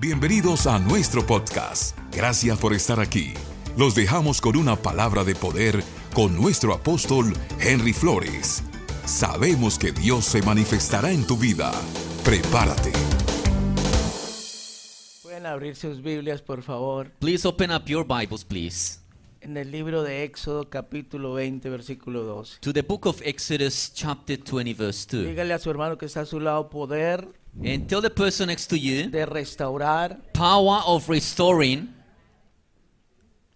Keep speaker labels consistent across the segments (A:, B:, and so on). A: Bienvenidos a nuestro podcast. Gracias por estar aquí. Los dejamos con una palabra de poder con nuestro apóstol Henry Flores. Sabemos que Dios se manifestará en tu vida. Prepárate.
B: Pueden abrir sus Biblias, por favor,
C: Please open up your Bibles, please,
B: en el libro de Éxodo, capítulo 20, versículo 12.
C: to the book of Exodus, chapter 20, verse 2.
B: Dígale a su hermano que está a su lado poder
C: And tell the person next to you
B: de restaurar
C: power of restoring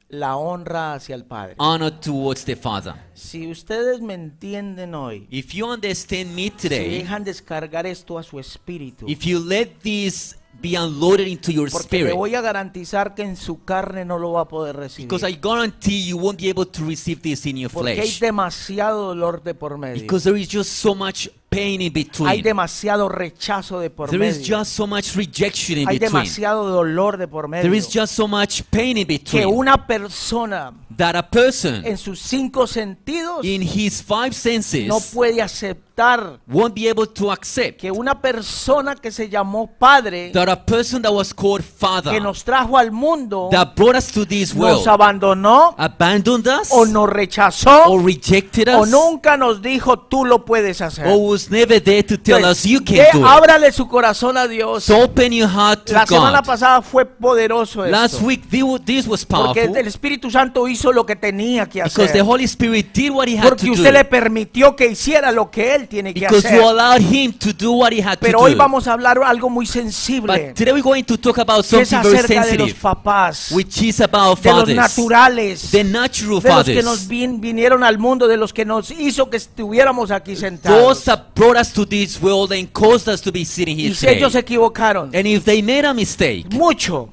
B: la honra hacia el Padre.
C: honor towards the Father.
B: Si ustedes me entienden hoy,
C: If you understand me
B: si
C: today,
B: dejan descargar esto a su espíritu,
C: if you let this be unloaded into your
B: porque le
C: spirit,
B: voy a garantizar que en su carne no lo va a poder
C: because I
B: recibir.
C: guarantee you won't be able to receive this in your
B: Porque hay
C: flesh,
B: demasiado dolor de por medio.
C: because there is just so much pain in
B: Hay
C: between,
B: demasiado rechazo de por
C: there is
B: medio.
C: just so much rejection in
B: Hay
C: between,
B: demasiado dolor de por
C: there is
B: medio.
C: just so much pain in
B: Que
C: between
B: una persona
C: that a person
B: en sus cinco sentidos
C: in his five senses
B: no puede aceptar
C: won't be able to accept
B: que una persona que se llamó padre,
C: that a person that was called
B: que
C: father
B: nos trajo al mundo,
C: that brought us to this
B: nos
C: world
B: abandonó
C: abandoned us
B: o nos rechazó
C: or rejected
B: o
C: us
B: nunca nos dijo tú lo puedes hacer.
C: or was never there to tell us
B: Entonces,
C: you
B: ve,
C: can do it.
B: ábrale su corazón a Dios.
C: So open your heart to
B: La semana
C: God.
B: pasada fue poderoso
C: Last
B: esto,
C: week thi- this was
B: porque
C: powerful
B: el Espíritu Santo hizo lo que tenía que
C: because the
B: hacer.
C: Holy Spirit did what he had
B: Porque
C: to
B: usted le
C: do
B: permitió que hiciera lo que él tiene que
C: because
B: hacer.
C: you allowed him to do what he had to
B: Pero hoy
C: do.
B: vamos a hablar algo muy sensible.
C: But today we're going to talk about
B: que es
C: something very
B: acerca de los
C: sensitive
B: papás,
C: which is about
B: de los
C: fathers,
B: naturales,
C: the
B: de
C: natural
B: los que nos
C: fathers.
B: vin- vinieron al mundo, de los que nos hizo que estuviéramos aquí
C: Those
B: sentados.
C: that brought us to this world and caused us to be sitting here
B: Y si ellos se
C: today.
B: equivocaron,
C: And if they made a mistake,
B: mucho,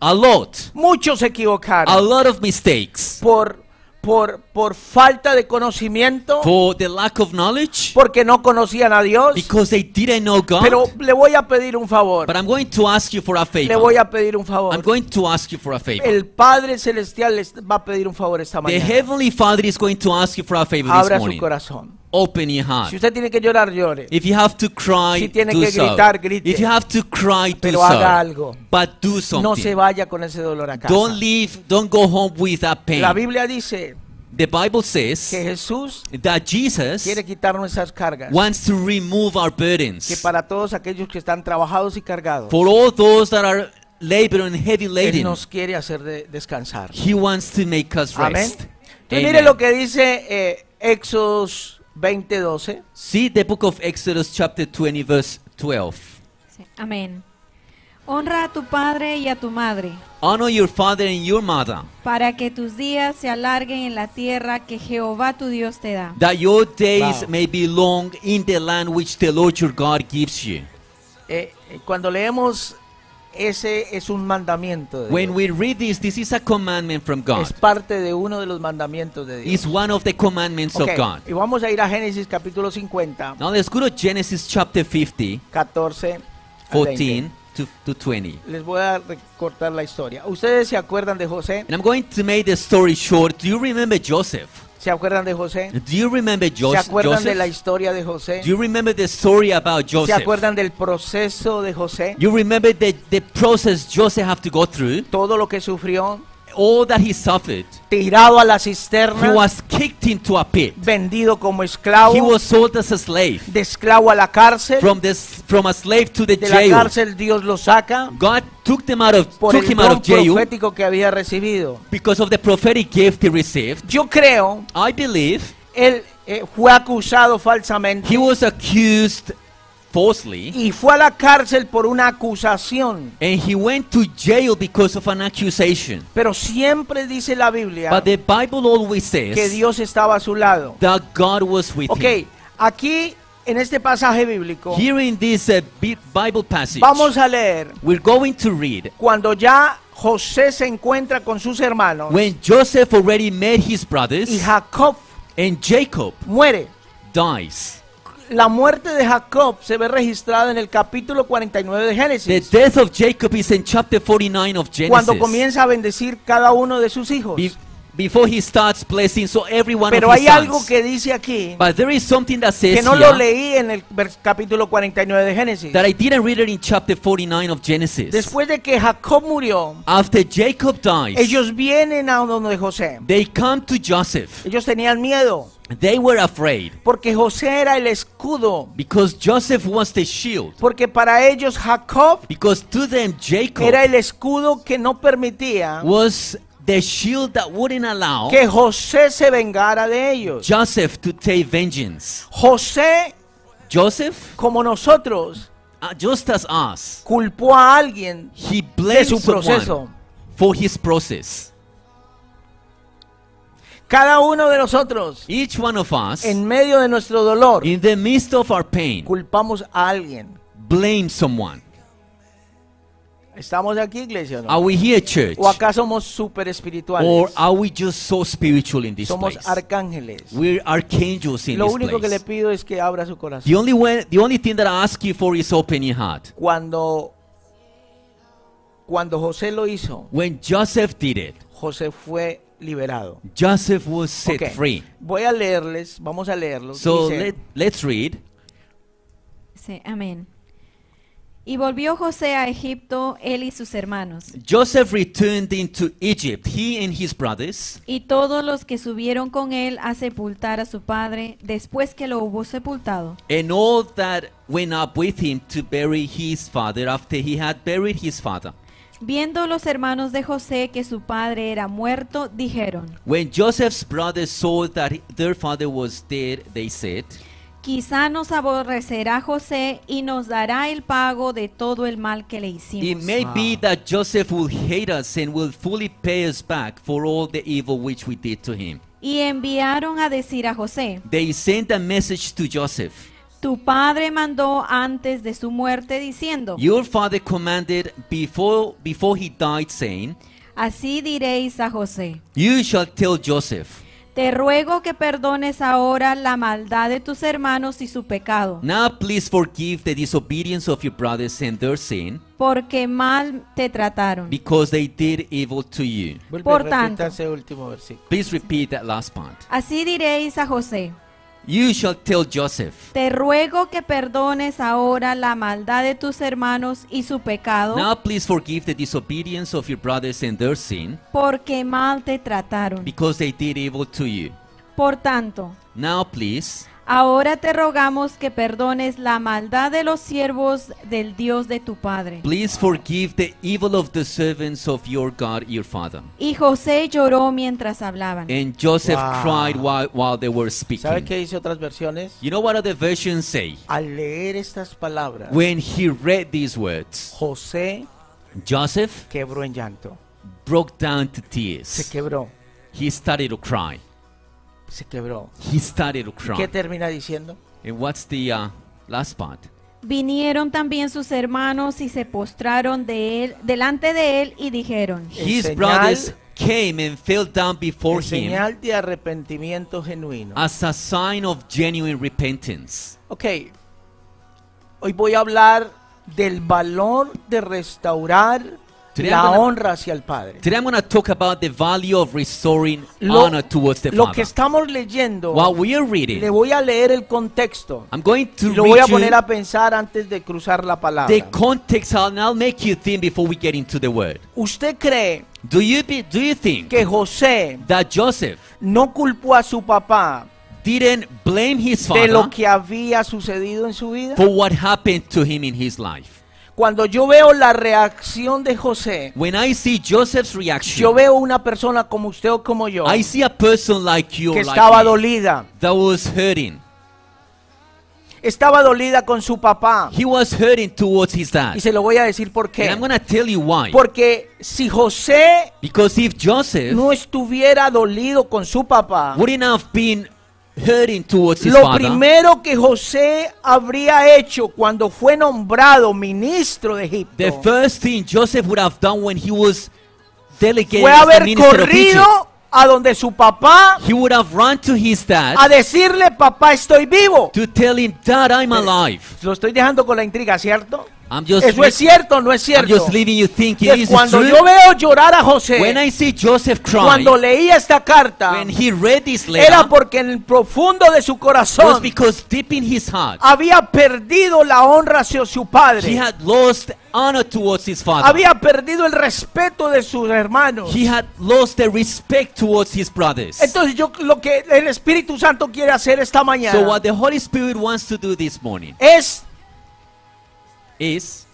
C: a lot,
B: muchos se
C: a
B: equivocaron
C: lot of mistakes,
B: por, por, por falta de conocimiento,
C: for the lack of knowledge,
B: porque no conocían a Dios.
C: because they didn't know
B: Pero
C: God.
B: le voy a pedir un favor,
C: But I'm going to ask you for a
B: le
C: favor.
B: voy a pedir un
C: I'm
B: favor.
C: going to ask you for a favor.
B: El Padre Celestial les va a pedir un favor esta
C: The
B: mañana.
C: Heavenly Father is going to ask you for a favor
B: Abra
C: this
B: su
C: morning.
B: corazón.
C: Open your
B: Si
C: heart.
B: usted tiene que llorar, llore.
C: If you have to cry,
B: Si tiene
C: do
B: que
C: so.
B: gritar, grite.
C: If you have to cry, do
B: Pero haga
C: so.
B: algo.
C: But do
B: No se
C: something.
B: vaya con ese dolor a casa.
C: Don't leave, don't go home with that
B: La
C: pain.
B: Biblia dice
C: The Bible says
B: que Jesús
C: that Jesus
B: quiere quitar nuestras cargas.
C: wants to remove our
B: Que
C: burdens.
B: para todos aquellos que están trabajados y cargados,
C: For all those that are laboring and heavy
B: Él
C: laden,
B: nos quiere hacer de- descansar.
C: He wants to make us
B: Amén.
C: rest.
B: Entonces, mire
C: Amen.
B: lo que dice eh, Éxodos 20:12.
C: See the book of Exodus, chapter 20, verse 12.
D: Sí, Amén. Honra a tu padre y a tu madre,
C: Honor your father and your mother,
D: para que tus días se alarguen en la tierra que Jehová tu Dios te da.
C: that your days
B: Wow.
C: may be long in the land which the Lord your God gives you.
B: Eh, eh, cuando leemos, ese es un mandamiento de
C: When
B: Dios.
C: we read this, this is a commandment from God.
B: Es parte de uno de los mandamientos de Dios.
C: It's one of the commandments
B: Ok,
C: of God.
B: Y vamos a ir a Génesis capítulo 50,
C: Now let's go to Genesis chapter 50,
B: 14, al 20.
C: 14 to, to 20.
B: Les voy a recortar la historia. ¿Ustedes se acuerdan de José?
C: And I'm going to make the story short. Do you remember Joseph?
B: ¿Se acuerdan de José?
C: Do you remember
B: ¿Eh? ¿Se
C: Jos-
B: acuerdan de la
C: Joseph?
B: historia de José?
C: Do you remember the story about
B: ¿Se
C: Joseph?
B: acuerdan del proceso de José?
C: You remember the, the process Joseph had to go through?
B: Todo lo que sufrió,
C: All that he suffered.
B: tirado a la
C: He
B: cisterna,
C: was kicked into a pit.
B: vendido como
C: He
B: esclavo,
C: was sold as a slave.
B: de esclavo a la cárcel,
C: From, this, from a slave to the
B: de la
C: jail.
B: cárcel Dios lo saca
C: God took, them out of,
B: por
C: took
B: el
C: him out
B: don
C: of jail
B: profético que había recibido.
C: because of the prophetic gift he received.
B: Yo creo,
C: I believe
B: él eh, fue acusado falsamente
C: he was accused falsely
B: y fue a la cárcel por una acusación.
C: and he went to jail because of an accusation.
B: Pero siempre dice la Biblia
C: But the Bible always
B: que
C: says
B: Dios estaba a su lado.
C: that God was with
B: Ok,
C: him.
B: aquí en este pasaje bíblico
C: Here in this uh, Bi- Bible passage,
B: vamos a leer
C: we're going to read
B: cuando ya José se encuentra con sus hermanos
C: when Joseph already met his brothers
B: y Jacob
C: and Jacob
B: muere.
C: dies.
B: La muerte de Jacob se ve registrada en el capítulo 49 de
C: The
B: Génesis,
C: death of Jacob is in chapter 49 of Genesis.
B: cuando comienza a bendecir cada uno de sus hijos.
C: Be- before he starts blessing. So every one
B: Pero
C: of his
B: hay algo
C: sons.
B: que dice aquí
C: But there is something that says
B: que no
C: here
B: lo leí en el vers- capítulo 49 de Génesis.
C: that I didn't read it in chapter 49 of Genesis.
B: Después de que Jacob murió,
C: After Jacob dies,
B: ellos vienen a donde José.
C: they come to Joseph.
B: Ellos tenían miedo
C: They were afraid
B: porque José era el escudo.
C: because Joseph was the shield.
B: Porque para ellos Jacob
C: Because to them, Jacob
B: era el escudo que no permitía
C: was the shield that wouldn't allow
B: que José se vengara de ellos.
C: Joseph to take vengeance.
B: José,
C: Joseph,
B: como nosotros,
C: uh, just as us,
B: culpó a alguien
C: he
B: de
C: blessed
B: su proceso.
C: someone for his process.
B: Cada uno de nosotros,
C: Each one of us,
B: en medio de nuestro dolor,
C: in the midst of our pain,
B: culpamos a alguien.
C: blame someone.
B: ¿Estamos aquí, iglesia? o no?
C: Are we here, church?
B: ¿O acá somos super espirituales?
C: Or are we just so spiritual in this
B: Somos
C: place?
B: arcángeles.
C: We're archangels in
B: Lo
C: this
B: único que le
C: place.
B: pido es que abra su corazón.
C: The only way, the only thing that I ask you for is open your heart.
B: Cuando, cuando José lo hizo,
C: When Joseph did it,
B: José fue liberado.
C: Joseph was set
B: Ok,
C: free.
B: Voy a leerles, vamos a leerlo.
C: So
B: Dice,
C: let, let's read.
D: Sí, amén. Y volvió José a Egipto, él y sus hermanos,
C: Joseph returned into Egypt, he and his brothers,
D: y todos los que subieron con él a sepultar a su padre después que lo hubo sepultado.
C: and all that went up with him to bury his father after he had buried his father.
D: Viendo los hermanos de José que su padre era muerto, dijeron,
C: When Joseph's brothers saw that their father was dead, they said,
D: quizá nos aborrecerá José y nos dará el pago de todo el mal que le
C: It
D: hicimos.
C: may be that Joseph will hate us and will fully pay us back for all the evil which we did to him.
D: Y enviaron a decir a José,
C: They sent a message to Joseph.
D: tu padre mandó antes de su muerte diciendo,
C: Your father commanded before before he died saying,
D: así diréis a José.
C: "You shall tell Joseph,
D: Te ruego que perdones ahora la maldad de tus hermanos y su pecado,
C: now please forgive the disobedience of your brothers and their sin,
D: porque mal te trataron.
C: because they did evil to you."
B: vuelve,
D: por
B: repita
D: tanto.
B: ese último versículo.
C: Please repeat that last part.
D: Así diréis a José,
C: You shall tell Joseph,
D: te ruego que perdones ahora la maldad de tus hermanos y su
C: "Now
D: pecado,
C: please forgive the disobedience of your brothers and their sin,
D: porque mal te trataron.
C: because they did evil to you."
D: Por tanto,
C: Now please
D: ahora te rogamos que perdones la maldad de los siervos del Dios de tu Padre.
C: Please forgive the evil of the servants of your God, your father.
D: Y José lloró mientras hablaban.
C: And Joseph
B: Wow.
C: cried while, while they were
B: ¿Sabe
C: speaking.
B: qué dice otras versiones?
C: You know what other versions say?
B: Al leer estas palabras,
C: When he read these words,
B: José
C: Joseph
B: quebró en llanto.
C: broke down to
B: Se
C: tears.
B: quebró,
C: He started to cry.
B: se quebró.
C: He started to
B: ¿Qué
C: cry.
B: termina diciendo?
C: And what's the uh, last part?
D: Vinieron también sus hermanos y se postraron de él, delante de él y dijeron,
B: En
C: His
B: señal-
C: brothers came and fell down before
B: En
C: him
B: señal de arrepentimiento genuino.
C: as a sign of genuine repentance.
B: Ok, hoy voy a hablar del valor de restaurar
C: Today
B: la
C: I'm gonna-
B: honra hacia el Padre.
C: Today I'm going to talk about the value of restoring honor towards the
B: lo
C: father.
B: que estamos leyendo,
C: While we are reading,
B: le voy a leer el contexto.
C: I'm going to
B: Y lo
C: read
B: voy a
C: you
B: poner a pensar antes de cruzar la palabra.
C: the context and I'll make you think before we get into the word.
B: ¿Usted cree
C: Do you be, do you think
B: que José
C: that Joseph
B: no culpó a su papá
C: didn't blame his
B: de lo
C: father
B: que había sucedido en su vida?
C: for what happened to him in his life?
B: Cuando yo veo la reacción de José,
C: When I see Joseph's reaction,
B: yo veo una persona como usted o como yo
C: I see a person like you
B: que
C: or like
B: estaba
C: me,
B: dolida.
C: that was hurting.
B: Estaba dolida con su papá.
C: He was hurting towards his
B: Y
C: dad.
B: se lo voy a decir por qué.
C: And I'm going to tell you why.
B: Porque si José
C: because if Joseph
B: no estuviera dolido con su papá,
C: wouldn't have been hurting towards his
B: lo
C: father,
B: primero que José habría hecho cuando fue nombrado ministro de
C: The
B: Egipto
C: first thing Joseph would have done when he was delegated
B: fue
C: as the
B: haber
C: minister of Egypt,
B: corrido a donde su papá
C: he would have run to his dad
B: a decirle, papá, estoy vivo. Eh,
C: to tell him, Dad, I'm alive.
B: Lo estoy dejando con la intriga, ¿cierto?
C: I'm just,
B: Eso es cierto, no es
C: I'm
B: cierto.
C: just leaving you thinking
B: Entonces,
C: this is
B: cuando yo
C: true.
B: veo llorar a
C: When
B: José,
C: I see Joseph crying,
B: cuando leía esta carta,
C: when he read this
B: era
C: letter,
B: porque en el profundo de su
C: was
B: corazón
C: because deep in his heart,
B: había perdido la honra hacia su
C: he
B: padre,
C: had lost honor towards his father.
B: había perdido el respeto de sus hermanos.
C: He had lost the respect towards his brothers.
B: Entonces yo lo que el Espíritu Santo quiere hacer esta mañana
C: So what the Holy Spirit wants to do this morning
B: es
C: is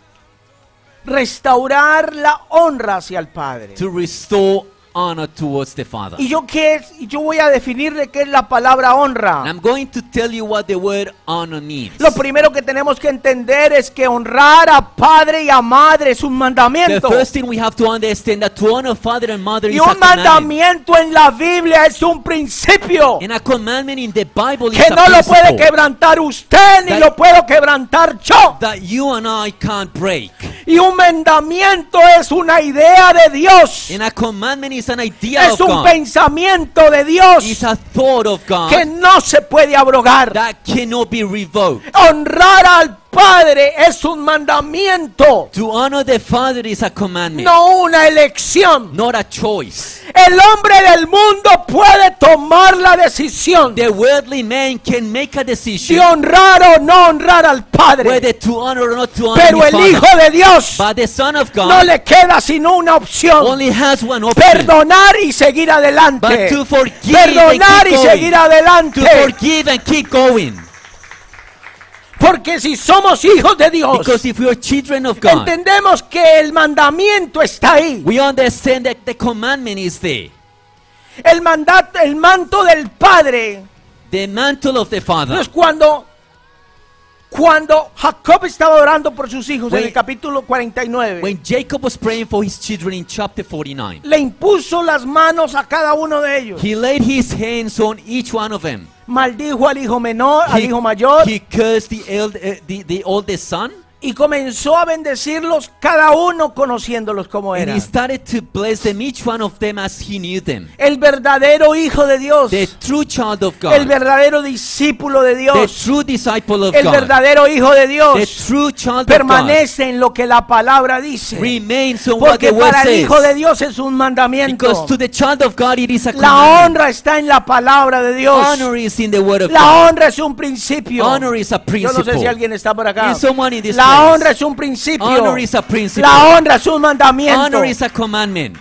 B: restaurar la honra hacia el Padre.
C: to restore honor towards the Father.
B: Y yo qué es- y yo voy a definirle qué es la palabra
C: And
B: honra.
C: I'm going to tell you what the word honor means.
B: Lo primero que tenemos que entender es que honrar a padre y a madre es un
C: The
B: mandamiento.
C: first thing we have to understand that to honor father and mother
B: Y
C: is a
B: un
C: commandment.
B: mandamiento en la Biblia es un principio
C: And a commandment in the Bible is
B: que
C: a
B: no lo puede
C: principle
B: quebrantar usted ni
C: That-
B: lo puedo quebrantar yo.
C: that you and I can't break.
B: Y un mandamiento es una idea de Dios.
C: And a commandment is an idea
B: Es
C: of
B: un
C: God.
B: pensamiento de Dios
C: It's a thought of God
B: que no se puede abrogar.
C: that cannot be revoked.
B: Honrar al Padre es un mandamiento,
C: To honor the father is a commandment,
B: no una elección.
C: not a choice.
B: El hombre del mundo puede tomar la decisión
C: The worldly man can make a decision
B: de honrar o no honrar al Padre,
C: whether to honor or not to honor
B: pero
C: his
B: el
C: father.
B: Hijo de Dios
C: But the Son of God
B: no le queda sino una opción.
C: only has one option.
B: Perdonar y seguir
C: But
B: adelante.
C: to forgive
B: Perdonar
C: and
B: y
C: keep
B: seguir
C: going. To
B: adelante.
C: forgive and keep going.
B: Porque si somos hijos de Dios,
C: Because if we are children of God,
B: entendemos que el mandamiento está ahí.
C: we understand that the commandment is there.
B: El mandato, el manto del Padre.
C: The mantle of the Father.
B: Entonces cuando cuando Jacob estaba orando por sus hijos en
C: When-
B: el capítulo 49,
C: When Jacob was praying for his children in chapter 49,
B: le impuso las manos a cada uno de ellos.
C: he laid his hands on each one of them.
B: Maldijo al hijo menor, al
C: He,
B: hijo Ah, mayor
C: he cursed the, eld, uh, the, the oldest son,
B: y comenzó a bendecirlos cada uno conociéndolos como
C: and he
B: eran.
C: started to bless them, each one of them as he knew them.
B: El verdadero hijo de Dios,
C: The true child of
B: el
C: God,
B: verdadero discípulo de
C: the
B: Dios,
C: true disciple of
B: el
C: God,
B: verdadero hijo de
C: The
B: Dios
C: true child of
B: permanece en lo que la palabra dice.
C: God remains on what
B: Porque
C: the word
B: para el
C: says.
B: hijo de Dios es un
C: Because
B: mandamiento.
C: to the child of God it is a
B: La
C: commandment.
B: honra está en la palabra de Dios.
C: Honor is in the word of
B: La
C: God.
B: honra es un principio.
C: Honor is a
B: Yo no sé si
C: principle.
B: alguien está por acá.
C: Is someone in this
B: La
C: place?
B: honra es un principio.
C: Honor is a principle.
B: La honra es un mandamiento.
C: Honor is a commandment.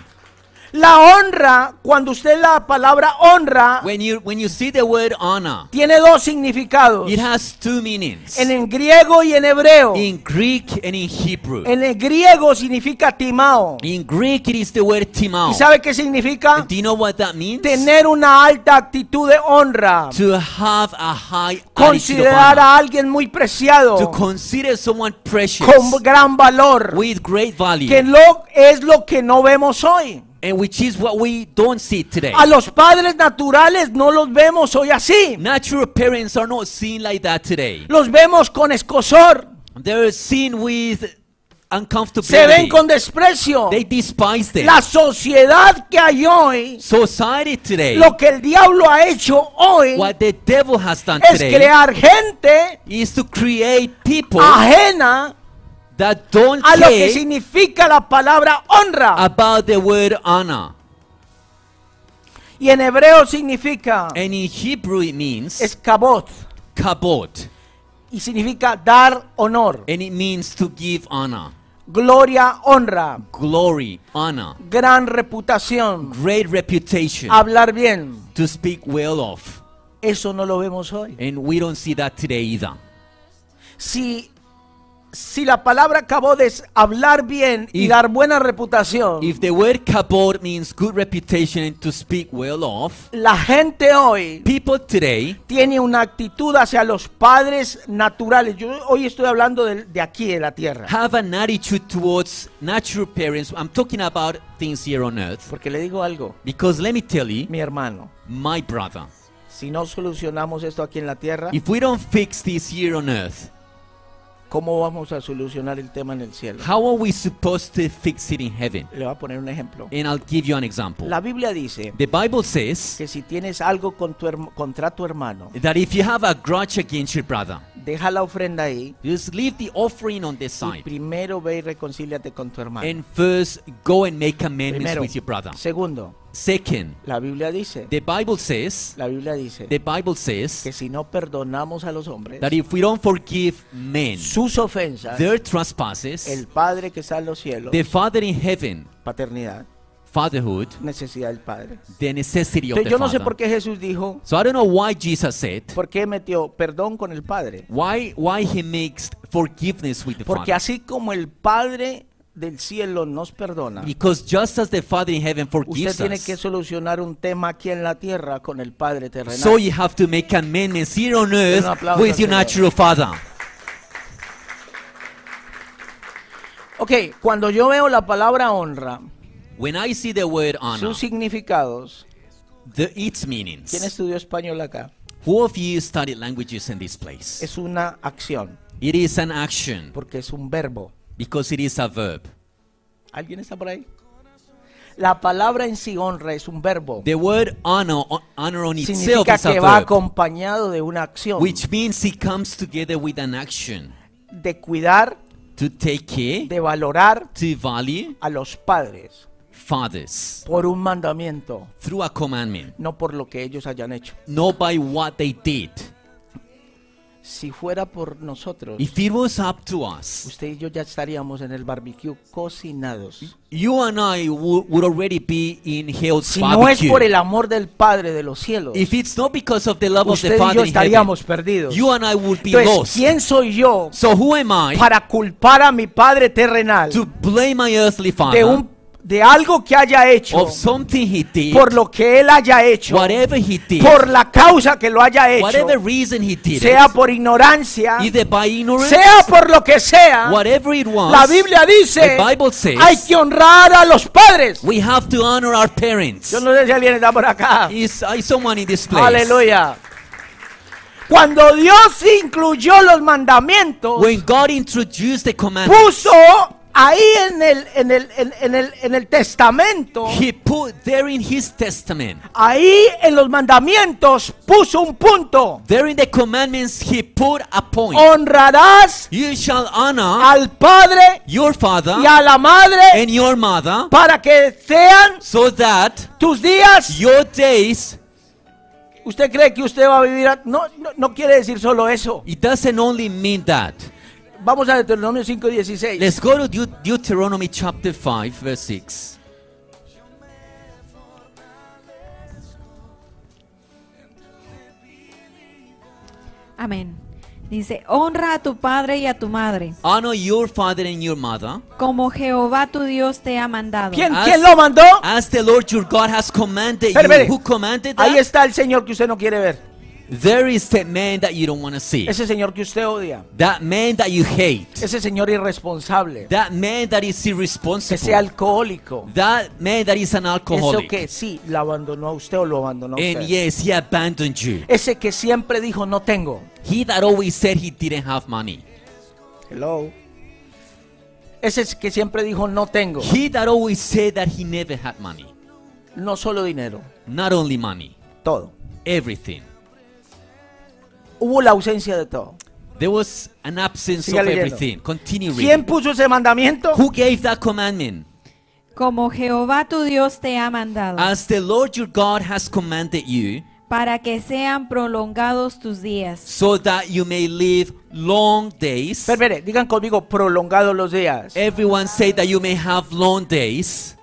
B: La honra, cuando usted la palabra honra,
C: When you when you see the word honor,
B: tiene dos significados.
C: it has two meanings.
B: En el griego y en hebreo.
C: In Greek and in Hebrew.
B: En el griego significa timao.
C: In Greek it is the word
B: ¿Y
C: timao.
B: sabe qué significa?
C: Do you know what that means?
B: Tener una alta actitud de honra.
C: To have a high attitude of
B: Considerar
C: honor.
B: a alguien muy preciado.
C: To consider someone precious
B: con gran valor,
C: with great value.
B: que lo, es lo que no vemos hoy.
C: and which is what we don't see today.
B: A los padres naturales no los vemos hoy así.
C: Natural parents are not seen like that today.
B: Los vemos con escosor,
C: They're seen with
B: se ven con
C: uncomfortability.
B: desprecio.
C: They despise them.
B: La sociedad que hay hoy,
C: Society today,
B: lo que el diablo ha hecho hoy,
C: what the devil has done
B: es
C: today,
B: crear gente
C: is to create people
B: ajena
C: that don't
B: a Ah. lo que
C: care
B: significa la palabra honra.
C: about the word honor.
B: Y en hebreo significa
C: And in Hebrew it means
B: escabot
C: kabod,
B: y significa dar honor,
C: and it means to give honor,
B: gloria, honra.
C: glory, honor,
B: gran reputación,
C: great reputation,
B: hablar bien.
C: to speak well of.
B: Eso no lo vemos hoy.
C: And we don't see that today either.
B: Si, si la palabra acabó de es hablar bien y
C: If-
B: dar buena reputación,
C: If the word kabod means good reputation and to speak well of,
B: la gente hoy
C: people today
B: tiene una actitud hacia los padres naturales. Yo hoy estoy hablando de, de aquí, de la tierra.
C: have an attitude towards natural parents. I'm talking about things here on earth.
B: Porque le digo algo,
C: Because let me tell you,
B: mi hermano,
C: my brother,
B: si no solucionamos esto aquí en la tierra,
C: if we don't fix this here on earth,
B: ¿cómo vamos a solucionar el tema en el cielo?
C: how are we supposed to fix it in heaven?
B: Le voy a poner un ejemplo.
C: And I'll give you an example.
B: La Biblia dice
C: The Bible says
B: que si tienes algo con tu herma- contra tu hermano,
C: that if you have a grudge against your brother,
B: deja la ofrenda ahí
C: Just leave the offering on this
B: y
C: side.
B: primero ve y reconcíliate con tu hermano.
C: And first, go and make amendments
B: primero.
C: with your brother.
B: Segundo,
C: Second,
B: la Biblia dice,
C: the Bible says,
B: la Biblia dice
C: the Bible
B: que
C: says
B: si no perdonamos a los hombres
C: that if we don't forgive men
B: sus ofensas,
C: their trespasses,
B: el Padre que está en los cielos,
C: the Father in heaven,
B: paternidad,
C: fatherhood,
B: necesidad del Padre.
C: the necessity of
B: Entonces
C: the
B: yo no sé
C: Father.
B: por qué Jesús dijo,
C: So I don't know why Jesus said,
B: ¿por qué metió perdón con el Padre?
C: why why he makes forgiveness with the
B: Porque
C: Father.
B: así como el Padre del cielo nos perdona,
C: Because just as the Father in heaven
B: usted
C: forgives
B: tiene que
C: us,
B: solucionar un tema aquí en la tierra con el Padre terrenal.
C: so you have to make amendments here on earth
B: Un aplauso
C: with
B: al
C: your
B: Señor.
C: natural Father.
B: Ok, cuando yo veo la palabra honra,
C: When I see the word honor,
B: sus significados,
C: the, its
B: ¿quién
C: meanings,
B: estudió español acá?
C: who of you studied languages in this place?
B: Es una acción,
C: It is an action
B: porque es un verbo.
C: because it is a verb.
B: ¿Alguien está por ahí? La palabra en sí honra es un verbo.
C: The word honor, o- honor on itself
B: Significa
C: is
B: que
C: a
B: va
C: verb,
B: acompañado de una acción
C: which means it comes together with an action
B: de cuidar,
C: to take care,
B: de valorar
C: to value
B: a los padres
C: fathers
B: por un mandamiento,
C: through a commandment,
B: no por lo que ellos hayan hecho.
C: not by what they did.
B: Si fuera por nosotros,
C: If it was up to us,
B: usted y yo ya estaríamos en el barbecue cocinados.
C: you and I would, would already be in hell's
B: Si no es
C: barbecue.
B: por el amor del Padre de los cielos,
C: If it's not because of the love of
B: usted
C: the
B: y yo
C: Father in heaven,
B: estaríamos perdidos.
C: you and I would be
B: Entonces,
C: lost.
B: ¿quién soy yo
C: So who am I
B: para culpar a mi Padre terrenal
C: to blame my earthly
B: de,
C: father
B: un, de algo que haya hecho,
C: of something he did,
B: por lo que él haya hecho,
C: whatever he did,
B: por la causa que lo haya hecho,
C: whatever reason he did,
B: sea
C: it,
B: por ignorancia,
C: either by ignorance,
B: sea por lo que sea?
C: whatever it was,
B: Ah. La Biblia dice,
C: The Bible says-
B: hay que honrar a los padres.
C: we have to honor our parents.
B: Yo no sé si alguien está por acá.
C: Is, is someone in this place?
B: Aleluya. Cuando Dios incluyó los mandamientos,
C: When God introduced the commandments,
B: puso ahí en el, en el, en, en el, en el testamento,
C: He put there in His testament,
B: ahí en los mandamientos puso un punto.
C: there in the commandments, He put a point.
B: Oh. Honrarás
C: You shall honor
B: al padre
C: your father
B: y a la madre
C: and your mother,
B: para que sean
C: so that
B: tus días.
C: your days.
B: ¿Usted cree que usted va a vivir? a- No, no, no quiere decir solo eso.
C: It doesn't only mean that.
B: Vamos a Deuteronomio 5:16.
C: Let's go to Deut- Deuteronomy chapter 5, verse 6.
D: Amén. Dice, honra a tu padre y a tu madre,
C: Honor your father and your mother,
D: como Jehová tu Dios te ha mandado.
B: ¿Quién,
C: as-
B: quién lo mandó?
C: as the Lord your God has commanded
B: Espere,
C: you.
B: espere.
C: Who commanded
B: Ahí
C: that?
B: está el Señor que usted no quiere ver.
C: There is that man that you don't want to see.
B: Ese Señor que usted odia.
C: That man that you hate.
B: Ese Señor irresponsable.
C: That man that is
B: Ese
C: irresponsible.
B: alcohólico.
C: That man that is an
B: Eso
C: alcoholic.
B: que sí, la abandonó a usted o lo abandonó a
C: And
B: usted.
C: yes, he abandoned you.
B: Ese que siempre dijo no tengo.
C: He that always said he didn't have money.
B: Hello. Ese es que siempre dijo no tengo.
C: He that always said that he never had money.
B: No solo dinero,
C: Not only money,
B: todo.
C: everything.
B: Hubo la ausencia de todo.
C: There was an absence
B: Siga
C: of
B: leyendo.
C: everything. Continue
B: ¿Quién
C: reading.
B: puso ese mandamiento?
C: Who gave that commandment?
D: Como Jehová tu Dios te ha mandado,
B: Ah.
C: As the Lord your God has commanded you,
D: para que sean prolongados tus días.
C: so that you may live long days.
B: Espere, espere, digan conmigo, prolongados los días.
C: Everyone say that you may have long days.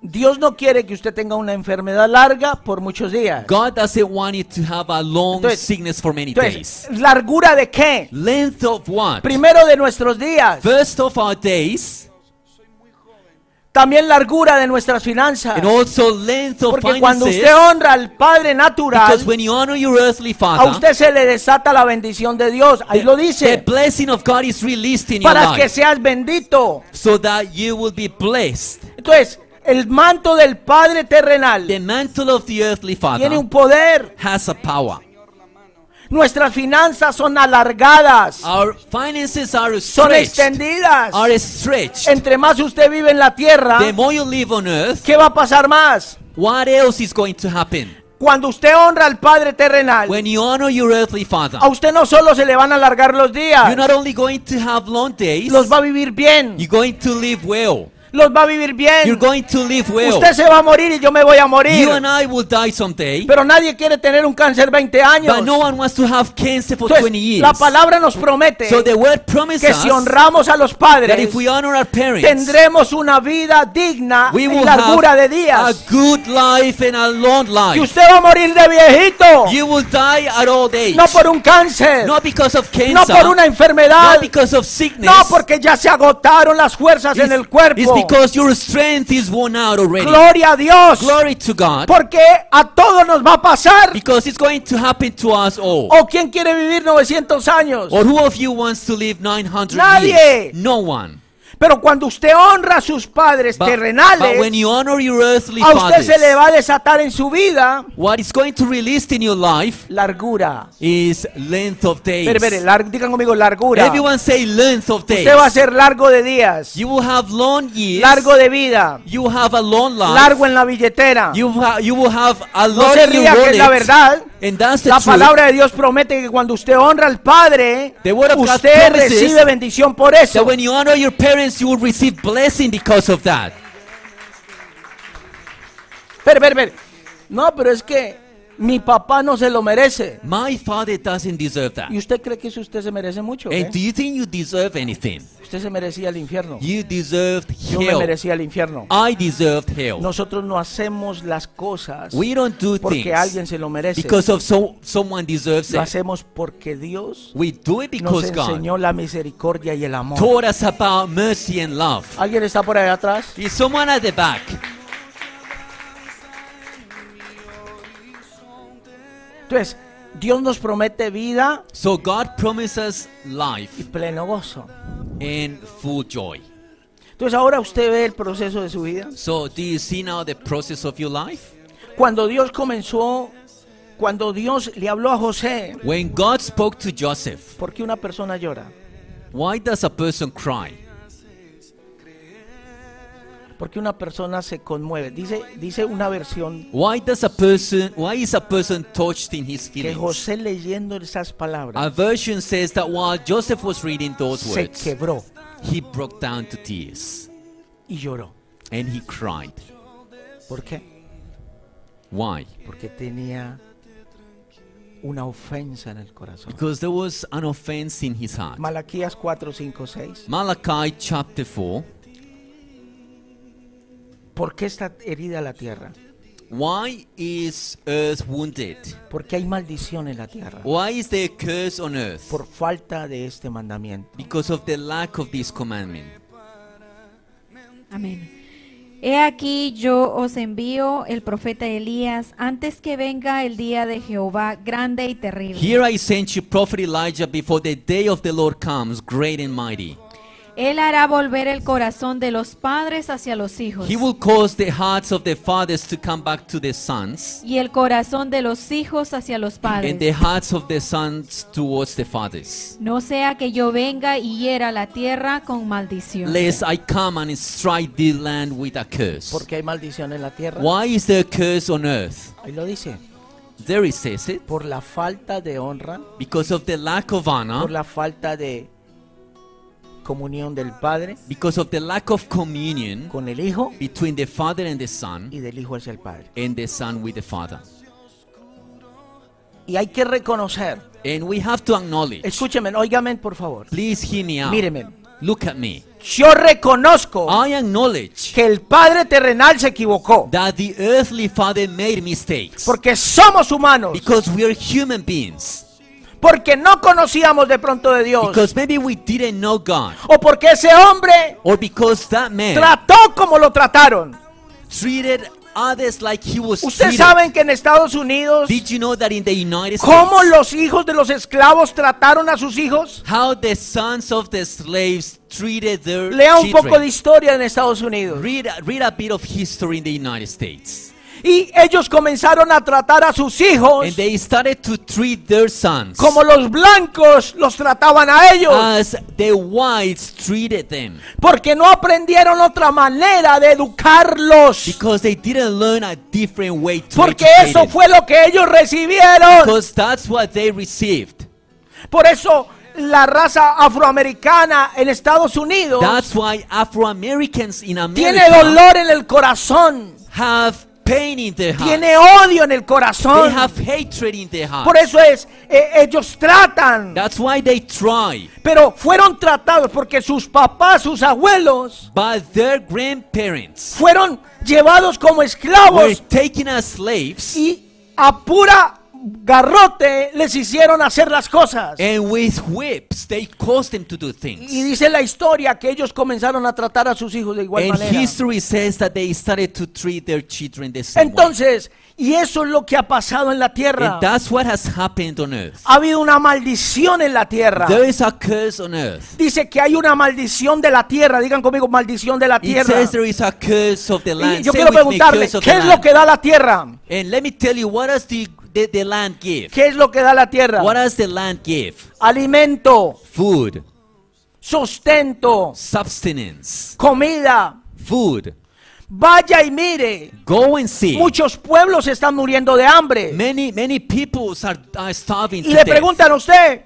B: Dios no quiere que usted tenga una enfermedad larga por muchos días.
C: God doesn't want you to have a long
B: Entonces-
C: sickness for many
B: Entonces,
C: days.
B: ¿largura de qué?
C: Length of what?
B: Primero de nuestros días.
C: First of our days,
B: También largura de nuestras finanzas.
C: and also length of
B: Ah. Porque cuando
C: finances.
B: usted honra al Padre natural,
C: because when you honor your earthly
B: a
C: father,
B: usted se le desata la bendición de Dios. Ahí lo
C: the
B: dice.
C: blessing of God is released in your
B: Para que
C: life,
B: seas bendito.
C: so that you will be blessed.
B: Entonces, el manto del Padre
C: The
B: terrenal
C: mantle of the earthly
B: tiene
C: father
B: un poder.
C: has a power.
B: Nuestras finanzas son alargadas,
C: Our finances are
B: son
C: stretched.
B: extendidas.
C: Are stretched.
B: Entre más usted vive en la tierra,
C: The more you live on earth,
B: ¿qué va a pasar más?
C: what else is going to happen?
B: Cuando usted honra al Padre terrenal,
C: When you honor your earthly father,
B: a usted no solo se le van a alargar los días,
C: you're not only going to have long days,
B: los va a vivir bien,
C: you're going to live well.
B: los va a vivir
C: You're
B: bien.
C: going to live well.
B: Usted se va a morir y yo me voy a morir.
C: You and I will die someday,
B: Pero nadie quiere tener un cáncer 20 años.
C: but no one wants to have cancer for
B: Entonces,
C: 20 years.
B: la palabra nos promete
C: So the word promises
B: que si
C: us
B: honramos a los
C: that
B: padres,
C: if we honor our parents,
B: tendremos una vida digna
C: we
B: y
C: will
B: largura de
C: have
B: días.
C: a good life and a long
B: Y
C: life.
B: usted va a morir de viejito,
C: You will die at old age.
B: no por un cáncer,
C: Not because of cancer.
B: no por una enfermedad,
C: Not because of sickness.
B: no porque ya se agotaron las fuerzas en el
C: It's
B: cuerpo.
C: because your strength is worn out already.
B: Gloria a Dios,
C: Glory to God.
B: porque a todos nos va a pasar.
C: Because it's going to happen to us all.
B: ¿O quién quiere vivir 900 años?
C: Or who of you wants to live 900
B: Nadie.
C: years? No one.
B: Pero cuando usted honra a sus padres
C: But, but when
B: terrenales,
C: you honor your earthly
B: a usted se le
C: fathers,
B: va a desatar en su vida
C: what is going to release in your life
B: largura.
C: is length of days.
B: Mire, mire, lar- digan conmigo largura.
C: Everyone say length of days.
B: Usted va a ser largo de días,
C: You will have long years.
B: largo de vida,
C: You will have a long life.
B: largo en la billetera.
C: You, ha- you will have a
B: No
C: lot
B: se
C: in your
B: ría que es la
C: wallet.
B: verdad.
C: And that's the
B: La
C: truth.
B: palabra de Dios promete que cuando usted honra al Padre,
C: The word of God
B: usted
C: promises
B: recibe bendición por eso.
C: So when you honor your parents, you will receive blessing because of that.
B: Pero, pero, pero. No, pero es que mi papá no se lo merece.
C: My father doesn't deserve that.
B: ¿Y usted cree que eso usted se merece mucho?
C: And
B: ¿eh?
C: do you think you deserve anything?
B: Usted se merecía el infierno.
C: You deserved
B: Yo me
C: hell.
B: merecía el infierno.
C: I deserved hell.
B: Nosotros no hacemos las cosas
C: We don't do
B: porque alguien
C: things
B: se lo merece.
C: because of so someone deserves
B: Lo
C: it.
B: hacemos porque Dios
C: We do it
B: nos
C: because God
B: enseñó la misericordia y el amor.
C: taught us about mercy and love.
B: ¿Alguien está por allá atrás?
C: Is someone at the back?
B: Entonces, Dios nos promete vida
C: So God promises
B: y
C: life
B: pleno gozo.
C: and full joy.
B: Entonces, ahora usted ve el proceso de su vida.
C: So do you see now the process of your life?
B: Cuando Dios comenzó, cuando Dios le habló a José,
C: When God spoke to Joseph,
B: ¿por qué una persona llora?
C: why does a person cry?
B: ¿Por qué una persona se conmueve? Dice, dice una versión
C: Why does a person why is a person touched in his
B: que
C: feelings?
B: José leyendo esas palabras
C: A version says that while Joseph was reading those
B: se
C: words,
B: quebró
C: he broke down to tears
B: y lloró.
C: and he cried.
B: ¿Por qué?
C: Why?
B: Porque tenía una ofensa en el corazón.
C: Because there was an offense in his heart.
B: Malaquías 4, 5, 6.
C: Malachi chapter 4.
B: ¿Por qué está herida la tierra?
C: Why is earth wounded?
B: Porque hay maldición en la tierra.
C: Why is there a curse on earth?
B: Por falta de este mandamiento.
C: Because of the lack of this commandment.
D: Amén. He aquí yo os envío el profeta Elías antes que venga el día de Jehová grande y terrible.
C: Here I sent you prophet Elijah before the day of the Lord comes, great and mighty.
D: Él hará volver el corazón de los padres hacia los hijos
C: He will cause the hearts of the fathers to come back to the sons,
D: y el corazón de los hijos hacia los
C: and the
D: padres.
C: hearts of the sons towards the fathers.
D: No sea que yo venga y hiera la tierra con maldición.
C: Lest I come and strike the land with a curse.
B: Porque hay maldición en la tierra.
C: Why is there a curse on earth?
B: Ahí lo dice.
C: There it says it.
B: Por la falta de honra,
C: Because of the lack of
B: por
C: honor,
B: la falta de comunión del Padre
C: because of the lack of communion
B: con el Hijo
C: between the father and the son,
B: y del Hijo hacia el Padre.
C: and the son with the father.
B: Y hay que reconocer.
C: And we have to acknowledge.
B: Escúcheme, óigame por favor.
C: Please hear me out.
B: Míreme.
C: Look at me.
B: Yo reconozco
C: I acknowledge
B: que el Padre terrenal se equivocó.
C: that the earthly father made mistakes.
B: Porque somos humanos.
C: Because we are human beings.
B: Porque no conocíamos de pronto de Dios.
C: Because maybe we didn't know God.
B: O porque ese hombre
C: Or because that man
B: trató como lo trataron.
C: treated others like he was
B: Ustedes
C: treated.
B: saben que en Estados Unidos,
C: Did you know that in the United
B: cómo
C: States,
B: los hijos de los esclavos trataron a sus hijos.
C: how the sons of the slaves treated their
B: Lea un poco de
C: children?
B: historia en Estados Unidos.
C: Read, read a bit of history in the United States.
B: Y ellos comenzaron a tratar a sus hijos
C: And they started to treat their sons
B: como los blancos los trataban a ellos.
C: as the whites treated them
B: Porque no aprendieron otra manera de educarlos.
C: because they didn't learn a different way to
B: Porque
C: educate
B: eso
C: them.
B: fue lo que ellos recibieron.
C: because that's what they received.
B: Por eso la raza afroamericana en Estados Unidos
C: That's why Afro Americans in America
B: tiene dolor en el corazón.
C: have pain in their heart.
B: Tiene odio en el
C: They
B: corazón.
C: have hatred in their heart.
B: Por eso es, eh, ellos tratan.
C: That's why they try.
B: Pero fueron tratados porque sus papás, sus abuelos,
C: But their grandparents
B: fueron llevados como
C: were
B: esclavos
C: taken as slaves
B: y a pura garrote les hicieron hacer las cosas.
C: and with whips they caused them to do
B: Y
C: things.
B: dice la historia que ellos comenzaron a tratar a sus hijos de igual
C: And
B: manera.
C: history says that they started to treat their children the same way.
B: Entonces, y eso es lo que ha pasado en la tierra.
C: And that's what has happened on earth.
B: Ha habido una maldición en la tierra.
C: There is a curse on earth.
B: Dice que hay una maldición de la tierra. Digan conmigo, maldición de la
C: It
B: tierra.
C: says there is a curse of the
B: Y
C: land.
B: yo
C: Say
B: quiero
C: with me,
B: preguntarle,
C: curse of
B: ¿qué
C: the
B: es lo
C: land.
B: que da la tierra?
C: And let me tell you, what does the, the, the land give?
B: ¿Qué es lo que da la tierra?
C: What does the land give?
B: Alimento,
C: Food,
B: sustento,
C: substance,
B: comida.
C: food.
B: Vaya y mire.
C: Go and see.
B: Muchos pueblos están muriendo de hambre.
C: Many, many peoples are, are starving
B: Y
C: to
B: le
C: death.
B: preguntan a usted,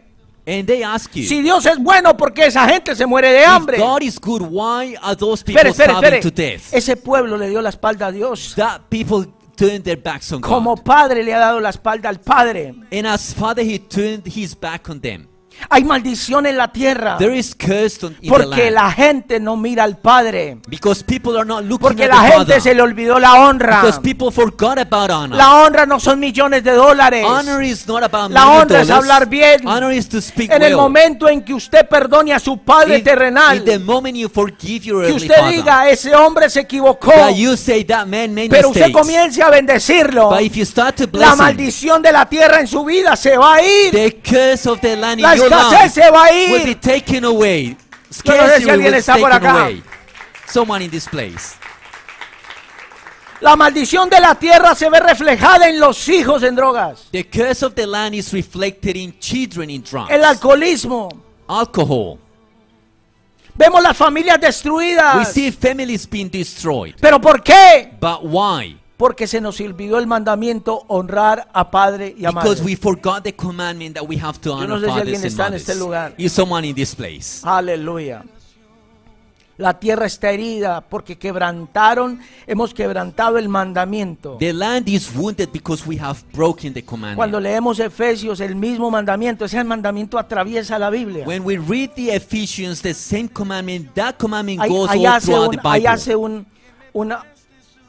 C: And they ask you,
B: si Dios es bueno, ¿por qué esa gente se muere de
C: if
B: hambre?
C: God is good, why are those people
B: Espere, espere,
C: starving
B: espere.
C: to death?
B: Ese pueblo le dio la espalda a Dios.
C: That people turn their backs on
B: Como
C: God.
B: padre le ha dado la espalda al padre.
C: And as Father, He turned His back on them.
B: Hay maldición en la tierra.
C: There is cursed on, in the
B: Ah. Porque
C: land.
B: la gente no mira al padre.
C: Because people are not looking
B: Porque
C: at
B: la
C: the
B: gente
C: Father.
B: se le olvidó la honra.
C: Because people forgot about honor.
B: La honra no son millones de dólares.
C: Honor is not about
B: La
C: money,
B: honra es
C: dollars.
B: hablar bien.
C: Honor is to speak
B: En el
C: well.
B: momento en que usted perdone a su padre
C: In-
B: terrenal,
C: in the moment you forgive your
B: que
C: earthly
B: usted
C: father,
B: diga, ese hombre se equivocó,
C: that you say that man made
B: pero usted
C: mistakes.
B: comience a bendecirlo,
C: but if you start to
B: la
C: bless him,
B: maldición de la tierra en su vida se va a ir.
C: the curse of the land
B: La
C: in
B: escasez
C: your life
B: se va a
C: will be
B: ir.
C: taken
B: Yo
C: away.
B: no sé si
C: Scarcity
B: alguien
C: will be
B: está por
C: taken
B: acá.
C: away. Someone in this place.
B: La maldición de la tierra se ve reflejada en los hijos en drogas,
C: The curse of the land is reflected in children in drugs,
B: el alcoholismo.
C: alcohol.
B: Vemos las familias
C: We
B: destruidas.
C: see families being destroyed.
B: ¿Pero por qué?
C: But why?
B: Porque se nos olvidó el mandamiento honrar a padre y a madre.
C: Because we forgot the commandment that we have to honor
B: no sé si
C: fathers
B: alguien
C: and
B: está en
C: mothers.
B: este lugar.
C: Is someone in this place?
B: Aleluya. La tierra está herida porque quebrantaron, hemos quebrantado el mandamiento.
C: The land is wounded because we have broken the commandment.
B: Cuando leemos Efesios, el mismo mandamiento, ese mandamiento atraviesa la Biblia.
C: when we read the Ephesians, the same commandment, that commandment
B: Ahí,
C: goes
B: ahí
C: all
B: hace,
C: throughout
B: un,
C: the
B: ahí
C: Bible.
B: hace un, una,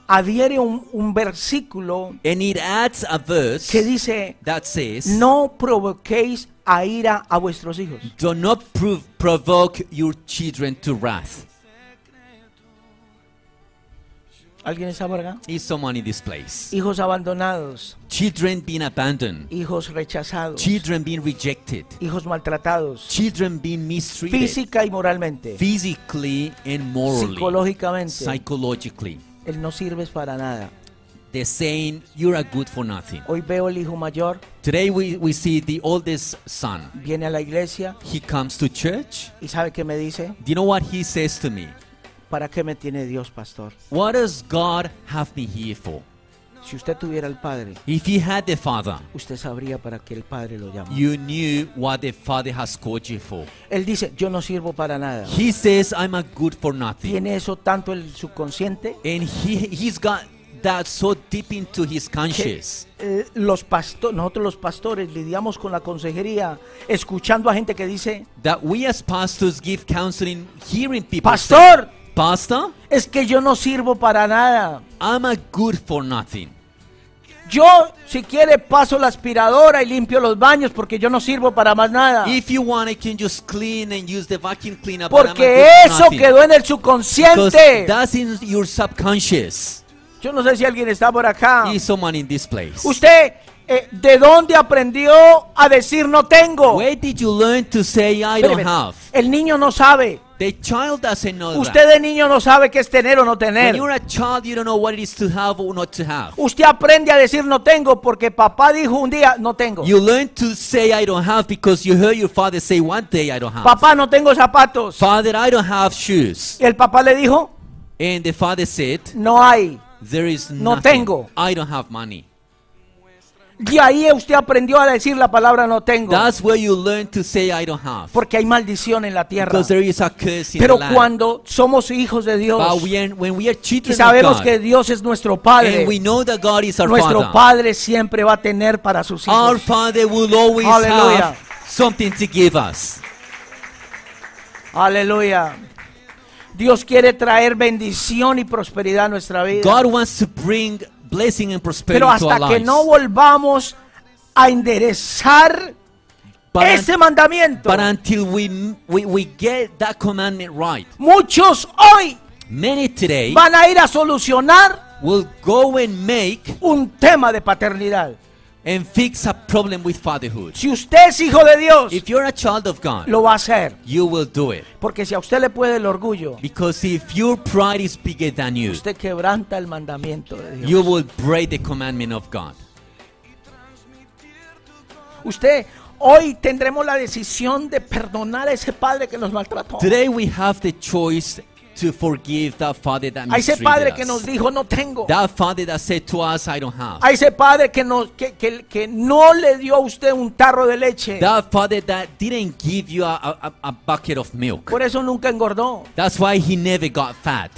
B: adhiere un, un versículo
C: and it adds a verse
B: que dice,
C: that says,
B: no provoquéis a ira a vuestros hijos.
C: Do not prov- provoke your children to wrath.
B: ¿Alguien está por acá?
C: Is someone in this place?
B: Hijos abandonados,
C: Children being abandoned,
B: hijos rechazados,
C: children being rejected,
B: hijos maltratados,
C: children being mistreated
B: física y moralmente,
C: physically and morally,
B: psicológicamente.
C: psychologically.
B: Él no sirves para nada.
C: They're saying you are good for nothing.
B: Hoy veo el hijo mayor,
C: Today we, we see the oldest son.
B: viene a la iglesia
C: He comes to church.
B: y sabe que me dice,
C: Do you know what he says to me?
B: ¿para qué me tiene Dios, pastor?
C: What does God have me here for?
B: Si usted tuviera el Padre,
C: If he had the Father,
B: usted sabría para qué el Padre lo llama.
C: you knew what the Father has called you for.
B: Él dice, yo no sirvo para nada.
C: He says, I'm a good for nothing.
B: Tiene eso tanto el subconsciente
C: And he, he's got that so deep into his
B: que
C: conscience.
B: eh, los pastores, nosotros los pastores lidiamos con la consejería escuchando a gente que dice,
C: That we as pastors give counseling, hearing people say,
B: pastor,
C: Pastor,
B: es que yo no sirvo para nada.
C: I'm a good for nothing.
B: Yo, si quiere, paso la aspiradora y limpio los baños porque yo no sirvo para más nada.
C: If you want, I can just clean and use the vacuum cleaner. but I'm a
B: Porque
C: good for
B: eso
C: nothing.
B: quedó en el
C: Because
B: subconsciente.
C: that's in your subconscious.
B: Yo no sé si alguien está por acá.
C: Is someone in this place?
B: Ah. Usted, eh, ¿de dónde aprendió a decir no tengo?
C: Where did you learn to say I
B: Espere,
C: don't
B: espere.
C: have?
B: El niño no sabe.
C: The child doesn't know
B: Usted de niño no sabe qué es tener o no
C: that. When
B: tener.
C: you're a child, you don't know what it is to have or not to have.
B: Usted aprende a decir no tengo porque papá dijo un día no tengo.
C: You learn to say I don't have because you heard your father say one day I don't have.
B: Papá no tengo zapatos.
C: Father, I don't have shoes.
B: Y el papá le dijo
C: And the father said,
B: no hay.
C: There is
B: No
C: nothing.
B: tengo.
C: I don't have money.
B: Y ahí usted aprendió a decir la palabra no tengo.
C: That's where you learn to say I don't have.
B: Porque hay maldición en la tierra.
C: Because there is a curse in
B: Pero
C: the land.
B: cuando somos hijos de Dios
C: but we are, when we are
B: y
C: children
B: sabemos
C: of
B: que
C: God,
B: Dios es nuestro
C: and
B: Padre,
C: we know that God is our
B: nuestro
C: Father,
B: Padre siempre va a tener para sus
C: our
B: hijos.
C: Father will always
B: Hallelujah.
C: have something to give us.
B: Aleluya. Dios quiere traer bendición y prosperidad a nuestra vida.
C: God wants to bring blessing and prosperity
B: Pero
C: to our
B: hasta que
C: lives.
B: no volvamos a enderezar
C: but, un-
B: ese mandamiento,
C: but until we, we, we get that commandment right,
B: muchos hoy
C: many today
B: van a ir a solucionar
C: will go and make
B: un tema de paternidad.
C: and fix a problem with fatherhood.
B: Si usted es hijo de Dios,
C: If you're a child of God,
B: lo va a hacer.
C: you will do it.
B: Porque si a usted le puede el orgullo,
C: Because if your pride is bigger than you,
B: usted quebranta el mandamiento de Dios.
C: you will break the commandment of God.
B: Usted, hoy tendremos la decisión de perdonar a ese padre que nos maltrató.
C: Today we have the choice to forgive that father that
B: A ese
C: mistreated
B: padre que
C: us.
B: nos dijo no tengo.
C: That father that said to us, I don't have.
B: A ese padre que, nos, que, que, que no le dio a usted un tarro de leche.
C: That father that didn't give you a, a, a bucket of milk.
B: Por eso nunca engordó.
C: That's why he never got fat.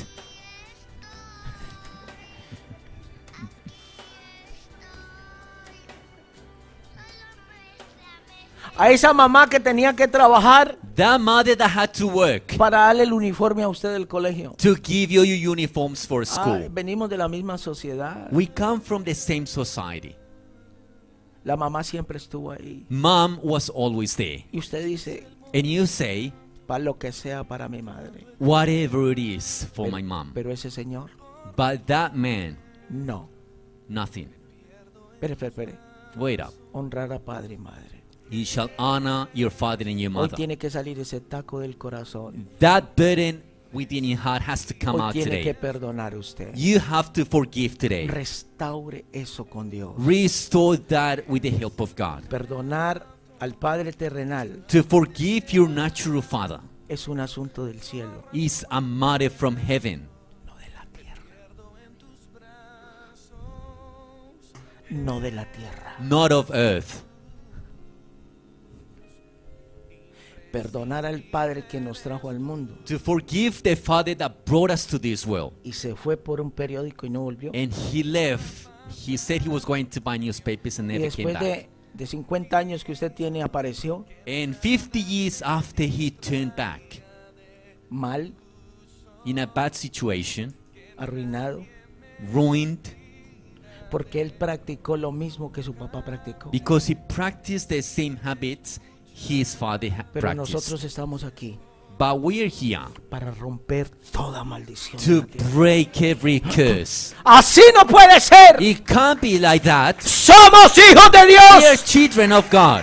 B: A esa mamá que tenía que trabajar
C: That mother that had to work
B: para darle el uniforme a usted del colegio.
C: to give you your uniforms for
B: Ah,
C: school.
B: venimos de la misma sociedad.
C: We come from the same society.
B: La mamá siempre estuvo ahí.
C: Mom was always there.
B: Y usted dice,
C: And you say,
B: para lo que sea para mi madre.
C: whatever it is for my mom.
B: Pero ese señor,
C: But that man,
B: no.
C: nothing.
B: Espere, espere, espere.
C: Wait up.
B: Honrar a padre y madre.
C: You shall honor your father and your
B: Hoy
C: mother.
B: tiene que salir ese taco del corazón.
C: That burden within your heart has to come
B: Hoy
C: out
B: tiene que
C: today.
B: perdonar usted.
C: You have to forgive today.
B: Restaure eso con Dios.
C: Restore that with the help of God.
B: Perdonar al Padre terrenal
C: To forgive your natural father
B: es un asunto del cielo,
C: is a matter from heaven,
B: no de la tierra. No de la tierra.
C: not of earth.
B: Perdonar al Padre que nos trajo al mundo
C: To forgive the father that brought us to this world.
B: y se fue por un periódico y no volvió.
C: And he left. He said he was going to buy newspapers and
B: Y
C: never came
B: después
C: back.
B: de, de 50 años que usted tiene apareció
C: And 50 years after he turned back,
B: mal,
C: in a bad situation,
B: arruinado,
C: ruined,
B: porque él practicó lo mismo que su papá practicó.
C: because he practiced the same habits his father ha-
B: Pero
C: practiced.
B: nosotros estamos aquí
C: But we're here
B: para romper toda maldición. en
C: to
B: la tierra.
C: break every curse.
B: Así no puede ser.
C: It can't be like that.
B: Somos hijos de
C: We are
B: Dios
C: children of God.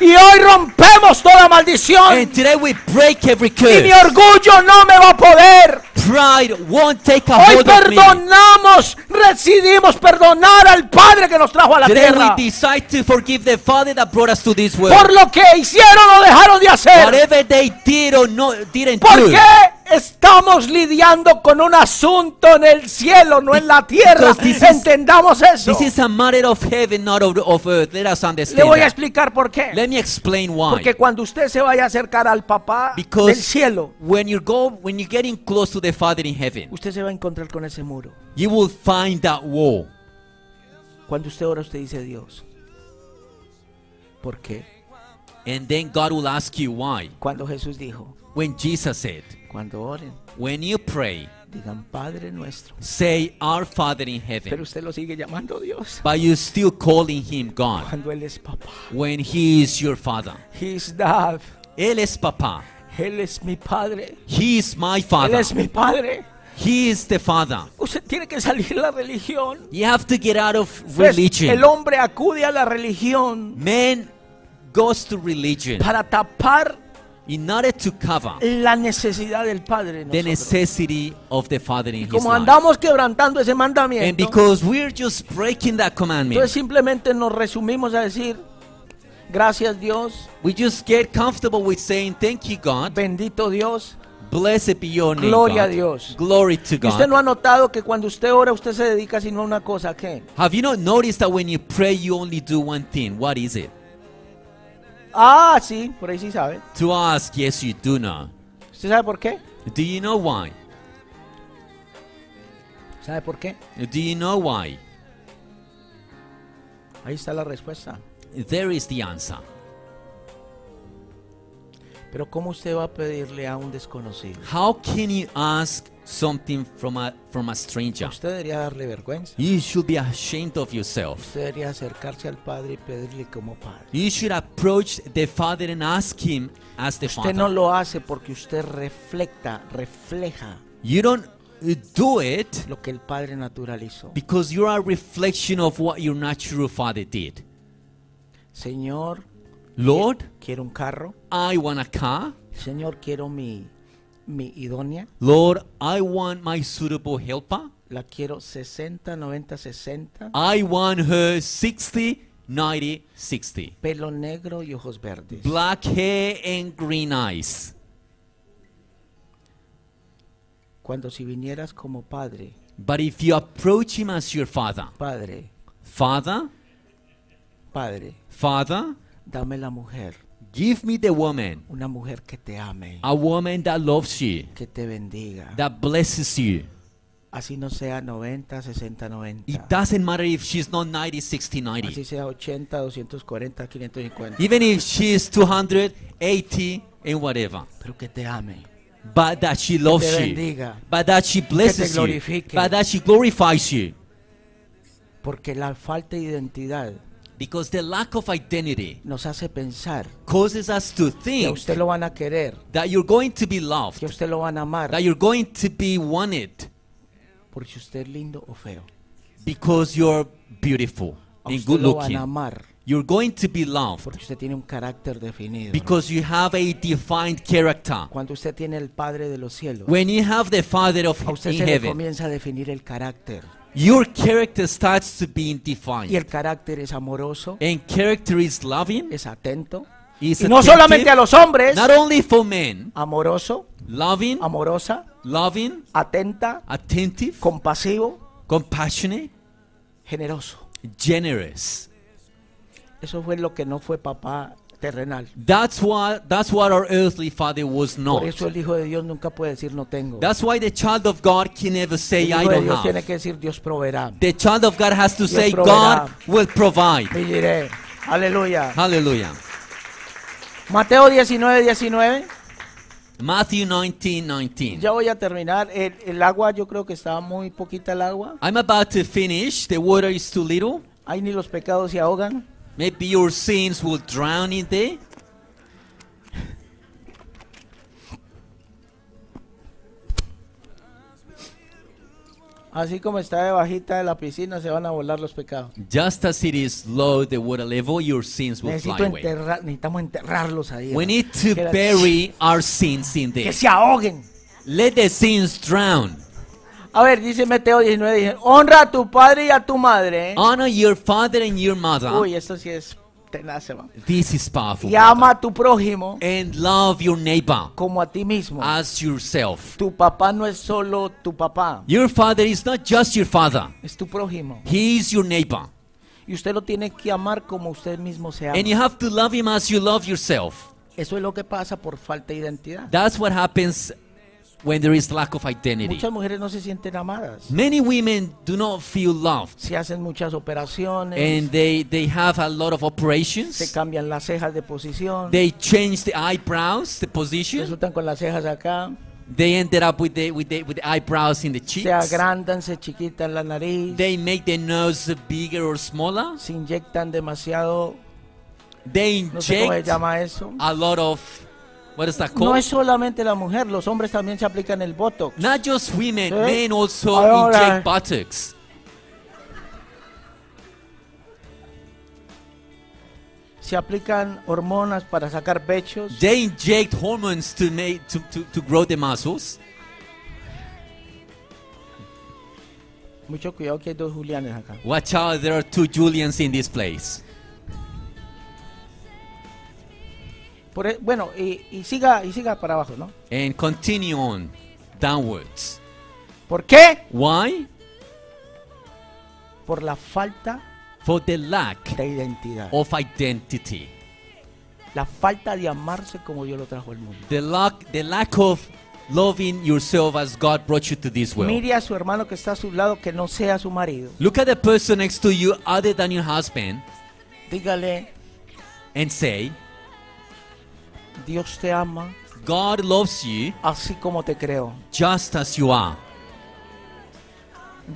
B: y hoy rompemos toda maldición.
C: And today we break every
B: Y mi
C: curse.
B: orgullo no me va a poder.
C: Pride won't take a
B: Hoy
C: hold of me.
B: perdonamos, decidimos perdonar al Padre que nos trajo a la
C: Today
B: tierra
C: we decide to forgive the father that brought us to this world.
B: por lo que hicieron o dejaron de hacer.
C: Whatever they did or no, didn't do.
B: Porque estamos lidiando con un asunto en el cielo, no en la tierra.
C: Because this is-
B: Entendamos eso.
C: This is a matter of heaven, not of, of earth. Let us
B: Le
C: understand.
B: voy a
C: that.
B: explicar por qué.
C: Let me explain why.
B: Porque cuando usted se vaya a acercar al papá del
C: Because
B: cielo,
C: when you go, when you're getting close to the Father in heaven,
B: usted se va a encontrar con ese muro.
C: you will find that wall.
B: Cuando usted ora, usted dice Dios. ¿Por qué?
C: And then God will ask you why.
B: Cuando Jesús dijo,
C: When Jesus said,
B: cuando oren,
C: when you pray,
B: digan Padre nuestro.
C: say, Our Father in
B: Pero
C: heaven.
B: usted lo sigue llamando Dios.
C: But you're still calling him God
B: Cuando Él es papá.
C: when he is your father.
B: He's dad.
C: Él es papá.
B: Él es mi padre.
C: He is my
B: Él
C: father.
B: es mi padre.
C: He is the father.
B: Usted tiene que salir de la religión.
C: You have to get out of
B: Pues, el
C: religion.
B: hombre acude a la religión
C: Man goes to religion
B: para tapar
C: in order to cover
B: la necesidad del Padre. en
C: the
B: nosotros.
C: necessity of the Father in His
B: Como
C: life.
B: andamos quebrantando ese
C: And
B: mandamiento,
C: because we're just breaking that
B: entonces
C: commandment,
B: simplemente nos resumimos a decir, gracias Dios,
C: we just get comfortable with saying, Thank you, God.
B: bendito Dios.
C: Blessed be your name.
B: Gloria a
C: God.
B: Dios.
C: Glory to
B: Y usted no
C: God.
B: ha notado que cuando usted ora, usted se dedica sino a una cosa, ¿a ¿qué?
C: Have you not noticed that when you pray, you only do one thing? What is it?
B: Ah, sí, por ahí sí sabe.
C: To ask, yes, you do know.
B: ¿Usted sabe por qué?
C: Do you know why?
B: ¿Sabe por qué?
C: Do you know why?
B: Ahí está la respuesta.
C: There is the answer.
B: Pero ¿cómo usted va a pedirle a un desconocido?
C: How can you ask something from a from a stranger?
B: Usted debería darle vergüenza.
C: You should be ashamed of yourself.
B: Usted debería acercarse al Padre y pedirle como Padre.
C: You should approach the Father and ask Him as the Father.
B: Usted no lo hace porque usted reflecta, refleja
C: You don't uh, do it
B: lo que el Padre naturalizó.
C: because you are a reflection of what your natural Father did.
B: Señor,
C: Lord,
B: quiero un carro.
C: I want a car.
B: Señor, quiero mi, mi idónea.
C: Lord, I want my suitable helper.
B: La quiero 60, 90, 60.
C: I want her 60, 90, 60.
B: Pelo negro y ojos verdes.
C: Black hair and green eyes.
B: Cuando si vinieras como Padre,
C: But if you approach him as your father,
B: Padre,
C: Father,
B: Padre,
C: Father,
B: dame la mujer.
C: give me the woman,
B: Una mujer que te ame,
C: a woman that loves you,
B: que te bendiga.
C: that blesses you.
B: Así no sea 90, 60,
C: It
B: 90.
C: doesn't matter if she's not 90, 60, 90.
B: Así sea 80, 240, 550.
C: Even if she's 280 and whatever.
B: Pero que te ame.
C: But that she loves you.
B: bendiga.
C: But that she blesses you.
B: glorifique.
C: But that she glorifies you.
B: Porque la falta de identidad
C: Because the lack of identity
B: nos hace pensar
C: causes us to
B: que a
C: think
B: usted lo van a querer,
C: that you're going to be
B: que a
C: loved,
B: usted lo van a amar,
C: that you're going to be wanted
B: por si usted es lindo o feo.
C: because you're beautiful
B: A
C: and
B: usted
C: good
B: lo van a
C: looking.
B: amar
C: You're going to be loved
B: porque usted tiene un carácter definido.
C: because you have a defined character.
B: Cuando usted tiene el Padre de los cielos,
C: When you have the Father of
B: a usted
C: in
B: se le
C: heaven,
B: comienza a definir el carácter.
C: your character starts to be
B: Y el
C: defined.
B: carácter es amoroso,
C: And character is loving,
B: es atento.
C: is
B: Y no
C: attentive,
B: solamente a los hombres,
C: not only Hmm? for men,
B: amoroso,
C: loving,
B: amorosa,
C: loving,
B: atenta,
C: attentive,
B: compasivo,
C: compassionate,
B: generoso.
C: generous.
B: Eso fue lo que no fue papá terrenal.
C: That's why that's what our earthly father was
B: Por
C: not.
B: eso el Hijo de Dios nunca puede decir no tengo.
C: That's why the child of God can never
B: El
C: say I
B: Hijo de
C: don't
B: Dios tiene
C: have.
B: que decir Dios proveerá.
C: The child of God has to
B: Dios
C: say
B: proveerá.
C: God will provide.
B: Y diré, aleluya.
C: Hallelujah.
B: Mateo 19, 19.
C: Matthew 19, 19.
B: Ya voy a terminar. El, el agua, yo creo que estaba muy poquita el agua.
C: I'm about to finish. The water is too little.
B: Ahí ni los pecados se ahogan.
C: Maybe your sins will drown in there.
B: Así como está de bajita de la piscina, se van a volar los pecados.
C: Just as it is low, the water level, your sins will fly
B: Necesito
C: away.
B: enterrar, necesitamos enterrarlos ahí.
C: We
B: hermano.
C: need to
B: Que la-
C: bury our sins in
B: Que
C: there.
B: se ahoguen.
C: Let the sins drown.
B: A ver, dice Mateo 19, dice, honra a tu padre y a tu madre. ¿eh?
C: Honor your father and your mother.
B: Uy, esto sí es tenaz, hermano.
C: This is powerful.
B: Y ama
C: brother.
B: a tu prójimo
C: And love your neighbor
B: como a ti mismo.
C: as yourself.
B: Tu papá no es solo tu papá,
C: Your father is not just your father.
B: es tu prójimo.
C: He is your neighbor.
B: Y usted lo tiene que amar como usted mismo se ama.
C: And you have to love him as you love yourself.
B: Eso es lo que pasa por falta de identidad.
C: That's what happens when there is lack of identity.
B: Muchas mujeres no se sienten amadas.
C: Many women do not feel loved
B: Se hacen muchas operaciones,
C: and they, they have a lot of
B: se
C: operations.
B: cambian las cejas de posición,
C: They change the eyebrows, the position.
B: resultan con las cejas acá,
C: They ended up with the, with the, with the eyebrows in the
B: se
C: cheeks.
B: agrandan, se chiquitan la nariz,
C: They make the nose bigger or smaller.
B: se inyectan demasiado,
C: They
B: no sé cómo se
C: inject
B: llama eso.
C: a lot of what is that called?
B: No es solamente la mujer, los hombres también se aplican el botox.
C: Not just women,
B: Sí.
C: men also
B: ¿Eh? Ahora-
C: inject buttocks.
B: se aplican hormonas para sacar pechos,
C: They inject hormones to make to, to, to grow the muscles.
B: mucho cuidado que hay dos Julianes acá.
C: Watch out, there are two Julians in this place.
B: Por e- bueno, y, y siga, y siga para abajo, ¿no?
C: And continue on downwards.
B: ¿Por qué?
C: Why?
B: Por la falta
C: For the lack
B: de identidad.
C: of identity.
B: La falta de amarse como Dios lo trajo al mundo.
C: The lack the lack of loving yourself as God brought you to this world.
B: Mire a su hermano que está a su lado que no sea su marido.
C: Look at the person next to you other than your husband
B: Dígale,
C: and say,
B: Dios te ama
C: God loves you
B: así como te creo.
C: just as you are.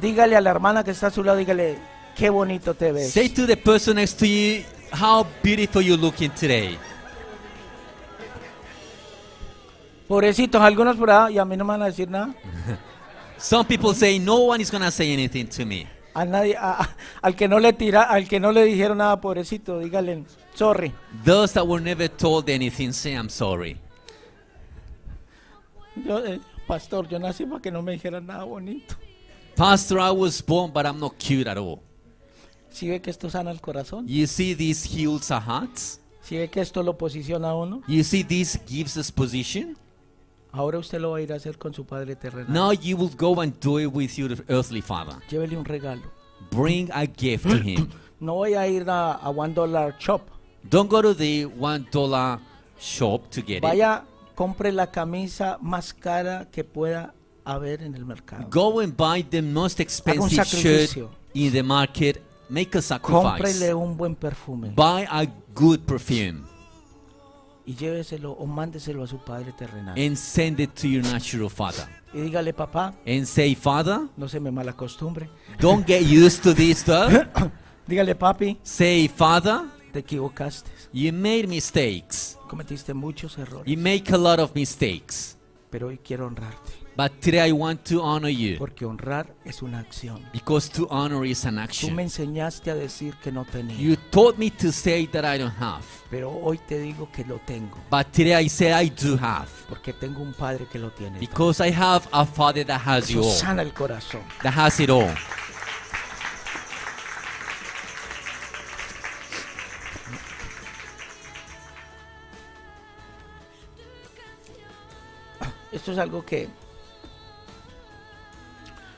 B: Dígale a la hermana que está a su lado, dígale, qué bonito te ves.
C: Say to the person next to you, how beautiful you're looking today.
B: Pobrecitos, algunos por ahí, y a mí no me van a decir nada.
C: Some people say no one is gonna say anything to me.
B: A nadie, a- a- al que no le tira, al que no le dijeron nada, pobrecito, dígale, sorry.
C: Those that were never told anything say I'm sorry.
B: Yo, eh, pastor, yo nací para que no me dijeran nada bonito.
C: Pastor, I was born, but I'm not cute at all.
B: Si ve que esto sana el corazón,
C: You see, these heals our hearts.
B: si ve que esto lo posiciona a uno,
C: You see, this gives us position.
B: ahora usted lo va a ir a hacer con su padre terrenal.
C: Now you will go and do it with your earthly father.
B: Llévele un regalo.
C: Bring a gift to him.
B: No voy a ir a, a One Dollar Shop.
C: Don't go to the one dollar shop to get it.
B: Vaya, compre la camisa más cara que pueda haber en el mercado.
C: Go and buy the most expensive shirt
B: sacrificio.
C: in the market. Make a sacrifice.
B: Cómprele un buen perfume
C: Buy a good perfume
B: y lléveselo o mándeselo a su padre terrenal.
C: and send it to your natural father.
B: Y dígale, papá,
C: And say, Father,
B: no se me mala costumbre.
C: don't get used to this stuff.
B: Dígale, papi,
C: Say, Father,
B: te equivocaste.
C: you made mistakes.
B: Cometiste muchos errores,
C: You make a lot of mistakes.
B: pero hoy quiero honrarte.
C: But today I want to honor you
B: Porque honrar es una acción.
C: because to honor is an
B: Tú me
C: action.
B: enseñaste a decir que no tenía,
C: You taught me to say that I don't have.
B: pero hoy te digo que lo tengo,
C: But today I say I do have
B: porque tengo un padre que lo tiene. todo.
C: because I have a father that has you
B: Eso
C: all,
B: sana el corazón.
C: that has it all.
B: Esto es algo que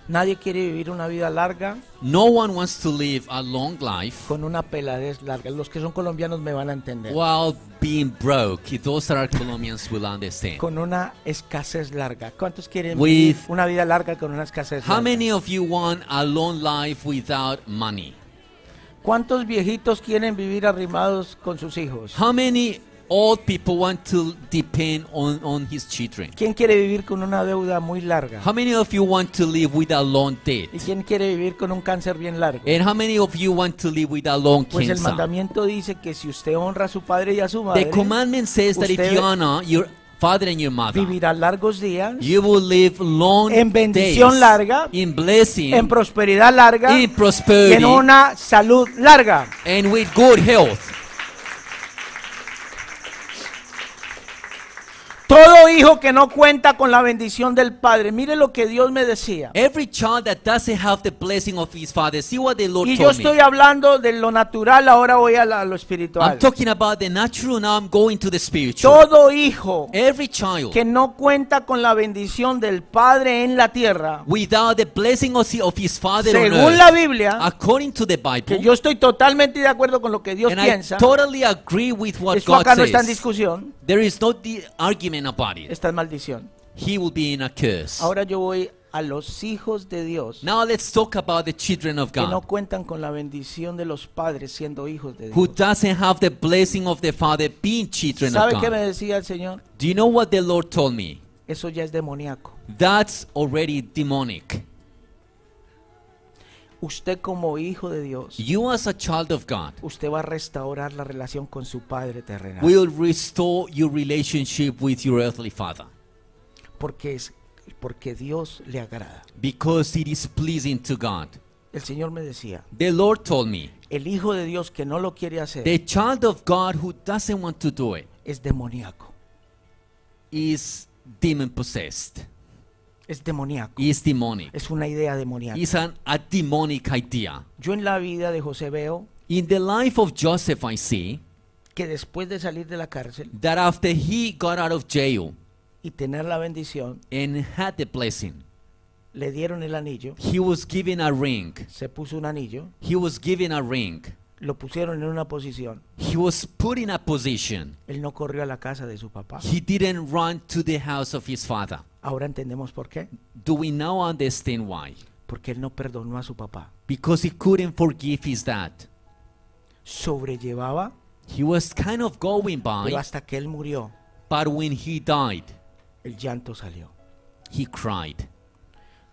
B: nadie quiere vivir una vida larga
C: No one wants to live a long life
B: con una peladez larga. Los que son colombianos me van a entender.
C: while being broke. If Those that are Colombians will understand.
B: Con una escasez larga. ¿Cuántos quieren
C: With-
B: vivir una vida larga con una escasez
C: How
B: larga?
C: many of you want a long life without money?
B: ¿Cuántos viejitos quieren vivir arrimados con sus hijos?
C: How many old people want to depend on, on his children?
B: ¿Quién quiere vivir con una deuda muy larga?
C: How many of you want to live with a long
B: ¿Y
C: debt?
B: quién quiere vivir con un cáncer bien largo?
C: And how many of you want to live with a long
B: Pues el
C: cancer?
B: mandamiento dice que si usted honra a su padre y a su
C: The
B: madre,
C: commandment says that if
B: usted
C: you honor your father and your mother,
B: vivirá largos días,
C: you will live long
B: En
C: days
B: bendición larga,
C: in blessing,
B: en prosperidad larga
C: in
B: y en
C: prosperity,
B: una salud larga.
C: and with good health.
B: Todo hijo que no cuenta con la bendición del padre, mire lo que Dios me decía.
C: Every child that doesn't have the blessing of his father, see what the Lord
B: Y yo
C: told me.
B: estoy hablando de lo natural, ahora voy a, la- a lo
C: I'm
B: espiritual.
C: talking about the natural, now I'm going to the spiritual.
B: Todo hijo
C: Every child
B: que no cuenta con la bendición del padre en la tierra,
C: without the blessing of, of his father on
B: según
C: earth,
B: la Biblia,
C: according to the
B: que
C: Bible,
B: yo estoy totalmente de acuerdo con lo que Dios
C: and
B: piensa,
C: I totally agree with what
B: eso acá
C: God
B: no está en
C: says.
B: discusión,
C: There is no di- argument about it.
B: está en maldición.
C: He will be in a curse.
B: Ahora yo voy a los hijos de Dios
C: now let's talk about the children of
B: que no
C: God
B: cuentan con la bendición de los padres siendo hijos de
C: who
B: Dios.
C: doesn't have the blessing of the Father being children of
B: ¿Sabe qué me
C: God.
B: decía el Señor?
C: Do you know what the Lord told me?
B: Eso ya es demoníaco.
C: That's already demonic.
B: Usted como hijo de Dios,
C: You as a child of God
B: usted va a restaurar la relación con su padre terrenal.
C: will restore your relationship with your earthly father
B: Porque es porque Dios le agrada.
C: because it is pleasing to God.
B: El Señor me decía,
C: The Lord told me,
B: el Hijo de Dios que no lo quiere hacer
C: The child of God who doesn't want to do it
B: es demoníaco.
C: is demon possessed,
B: Es demoníaco.
C: is demonic,
B: Es una idea demoníaca.
C: is an, a demonic idea.
B: Yo en la vida de José veo
C: In the life of Joseph, I see
B: que después de salir de la cárcel
C: that after he got out of jail
B: y tener la bendición,
C: and had the blessing,
B: le dieron el anillo,
C: he was given a ring.
B: se puso un anillo,
C: He was given a ring.
B: lo pusieron en una posición.
C: He was put in a position.
B: Él no corrió a la casa de su papá.
C: He didn't run to the house of his father.
B: Ahora entendemos por qué.
C: Do we now understand why?
B: Porque él no perdonó a su papá.
C: Because he couldn't forgive his dad.
B: Sobrellevaba,
C: He was kind of going
B: pero
C: by,
B: hasta que él murió,
C: but when he died,
B: el llanto salió.
C: he cried.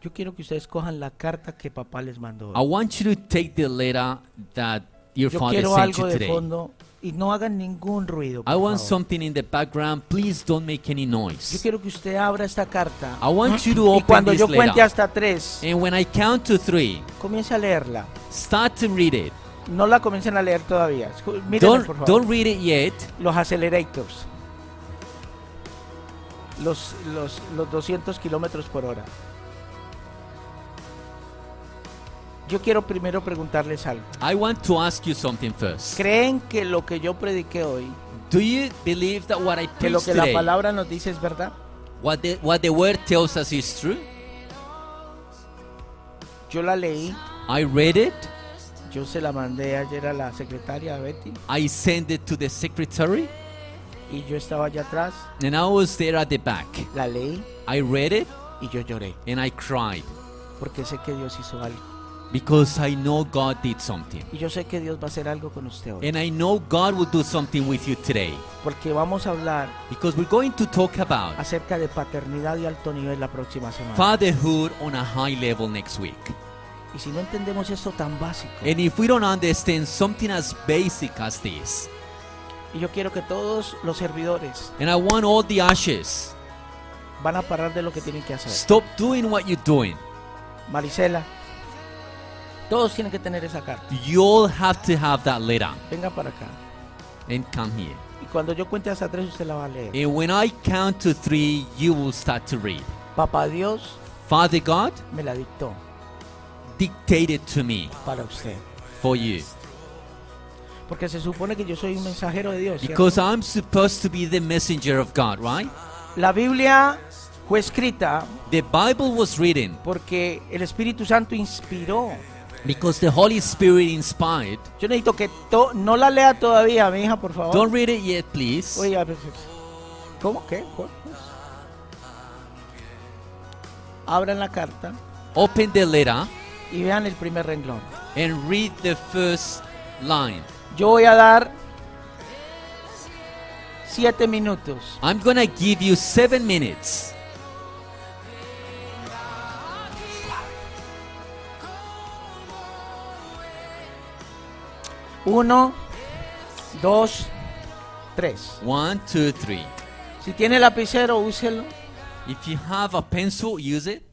B: Yo quiero que ustedes cojan la carta que papá les mandó. hoy.
C: I want you to take the letter that your
B: Yo
C: father
B: quiero
C: sent
B: algo
C: you
B: de
C: today.
B: fondo y no hagan ningún ruido. por
C: I want
B: favor.
C: something in the background. Please don't make any
B: Yo
C: noise.
B: quiero que usted abra esta carta.
C: I want you to
B: Y
C: open
B: cuando
C: this
B: yo
C: letter.
B: cuente hasta tres,
C: And when I count to three,
B: comience a leerla.
C: start to read it.
B: No la comiencen a leer todavía. Escu- Mírenme, por
C: Don't,
B: favor.
C: don't read it yet.
B: Los accelerators. Los, los, los 200 kilómetros por hora. Yo quiero primero preguntarles algo.
C: I want to ask you something first.
B: ¿Creen que lo que yo prediqué hoy,
C: Do you believe that what I
B: que lo
C: preach
B: que la
C: today,
B: palabra nos dice es verdad?
C: what the, what the word tells us is true?
B: Yo la leí,
C: I read it.
B: yo se la mandé ayer a la secretaria a Betty
C: I sent it to the secretary,
B: y yo estaba allá atrás,
C: and I was there at the back.
B: la leí
C: I read it
B: y yo lloré
C: and I cried
B: porque sé que Dios hizo algo
C: because I know God did something,
B: y yo sé que Dios va a hacer algo con usted hoy
C: and I know God will do something with you today
B: porque vamos a hablar
C: because we're going to talk about
B: acerca de paternidad y alto nivel la próxima semana.
C: fatherhood on a high level next week.
B: Y si no entendemos esto tan básico,
C: And if we don't understand something as basic as this,
B: y yo quiero que todos los servidores
C: and I want all the ashes,
B: van a parar de lo que tienen que hacer.
C: stop doing what you're doing.
B: Marisela, todos tienen que tener esa carta.
C: You all have to have that letter
B: Venga para acá.
C: and come here.
B: Y cuando yo cuente hasta tres, usted la va a leer.
C: And when I count to three, you will start to read.
B: Papá Dios
C: Father God
B: me la dictó
C: dictated to me
B: para usted.
C: for you.
B: Porque se supone que yo soy un mensajero de Dios. ¿cierto?
C: Because I'm supposed to be the messenger of God, right?
B: La Biblia fue escrita
C: The Bible was written
B: porque el Espíritu Santo inspiró.
C: because the Holy Spirit inspired.
B: Yo necesito que to- no la lea todavía, mi hija, por favor.
C: Don't read it yet, please.
B: Oye, a ver, ¿cómo qué? ¿Cuál? Abran la carta
C: Open the letter
B: y vean el primer renglón.
C: and read the first line.
B: Yo voy a dar siete minutos.
C: I'm gonna give you seven minutes.
B: Uno, dos, tres.
C: One, two, three.
B: Si tiene lapicero, úselo.
C: If you have a pencil, use it.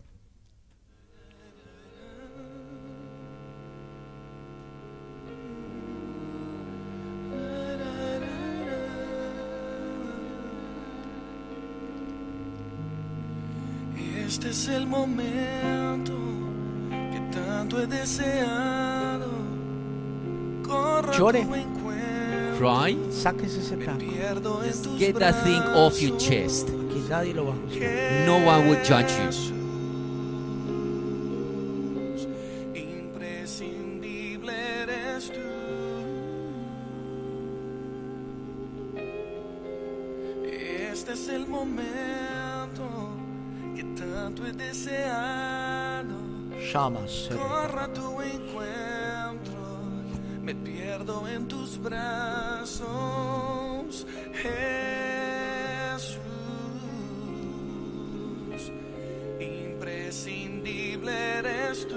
E: Este es el momento que tanto he deseado. Corro a tu
B: Llore.
E: encuentro,
C: Cry.
B: Sáquese ese taco.
E: pierdo en tus
C: Get that thing off your chest.
B: Aquí nadie lo va a juzgar.
C: No one will judge you.
E: brazos. Imprescindible eres tú. Este es el momento que tanto he deseado.
B: Llamas.
E: Corro a tu encuentro, me pierdo en tus brazos, Jesús. Imprescindible eres tú.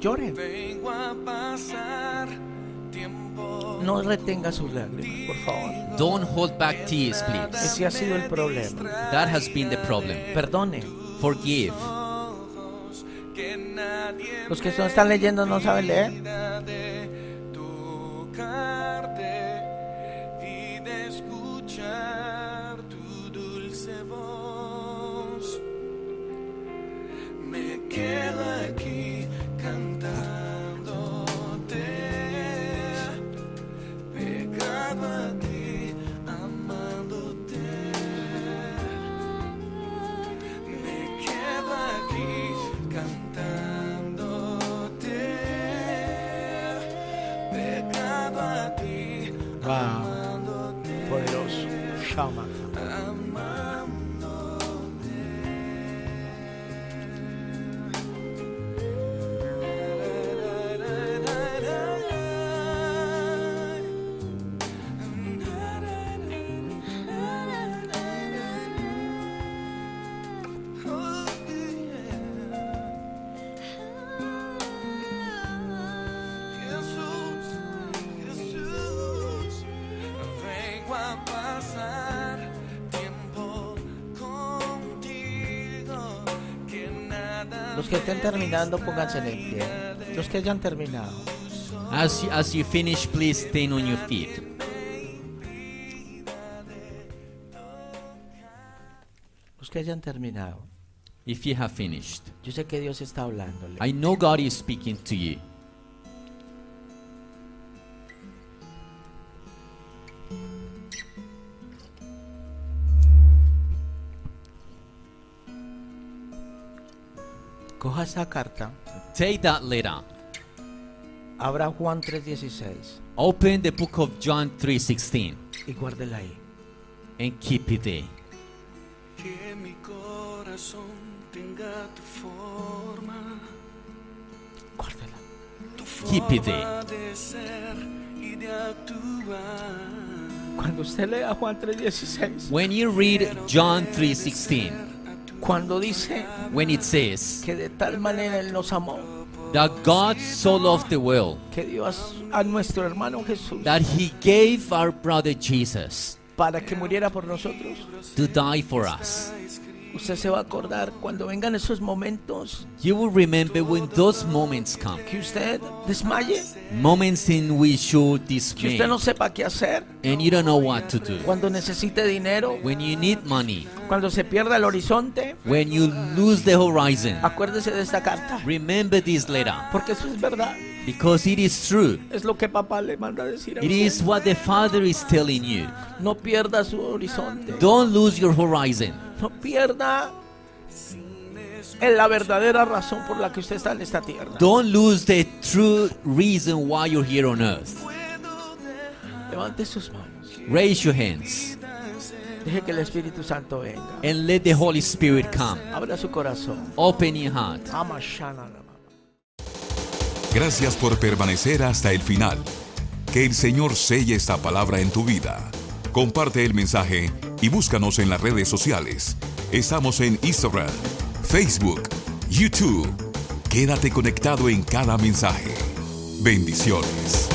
B: Llore.
E: Vengo a pasar tiempo.
B: No retenga sus lágrimas, por favor.
C: Don't hold back tears, please.
B: Ese ha sido el problema.
C: That has been the problem.
B: Perdone.
C: Forgive.
E: ojos que
B: Los que no están leyendo no saben leer.
E: de tocarte y de escuchar tu dulce voz. Me quedo aquí cantándote, pegado a ti, amándote. Me quedo aquí cantándote, pegado a ti,
B: Wow. Poderoso. Shama.
E: Jesús, Jesús, vengo a pasar tiempo contigo, que nada
B: Los que estén terminando, pónganse en el pie. Los que hayan terminado.
C: As you, as you finish, please stand on your feet.
B: Los que hayan terminado.
C: If you have finished,
B: Yo sé que Dios está hablándole.
C: I know God is speaking to you.
B: Coja esa carta.
C: Take that letter.
B: Abra Juan 3.16
C: Open the book of John 3:16
B: y guárdela ahí.
C: and keep it there.
E: que mi corazón tenga tu forma,
B: Guárdela.
E: tu
C: Keep it
E: forma de ser y de actuar.
B: Cuando usted lea Juan 3.16,
C: When you read John 3:16,
B: cuando dice
C: when it says
B: que de tal manera Él nos amó,
C: that God so loved the world
B: que dio a, su- a nuestro hermano Jesús
C: that he gave our brother Jesus
B: para que muriera por nosotros,
C: to die for us.
B: usted se va a acordar cuando vengan esos momentos
C: You will remember when those moments come,
B: que usted desmaye,
C: moments in which you're
B: que
C: dismayed
B: usted no sepa qué hacer,
C: and you don't know what to do.
B: cuando necesite dinero,
C: When you need money,
B: cuando se pierda el horizonte,
C: when you lose the horizon,
B: acuérdese de esta carta,
C: remember this letter
B: porque eso es verdad,
C: because it is true.
B: es lo que papá le manda a decir a
C: It
B: usted.
C: is what the Father is telling you.
B: No pierda su horizonte.
C: Don't lose your horizon.
B: No pierda en la verdadera razón por la que usted está en esta tierra.
C: Don't lose the true reason why you're here on earth.
B: Levante sus manos.
C: Raise your hands
B: Deje que el Espíritu Santo venga.
C: and let the Holy Spirit come.
B: Abra su corazón.
C: Open your heart.
B: Ama Shana Lama.
A: Gracias por permanecer hasta el final. Que el Señor selle esta palabra en tu vida. Comparte el mensaje y búscanos en las redes sociales. Estamos en Instagram, Facebook, YouTube. Quédate conectado en cada mensaje. Bendiciones.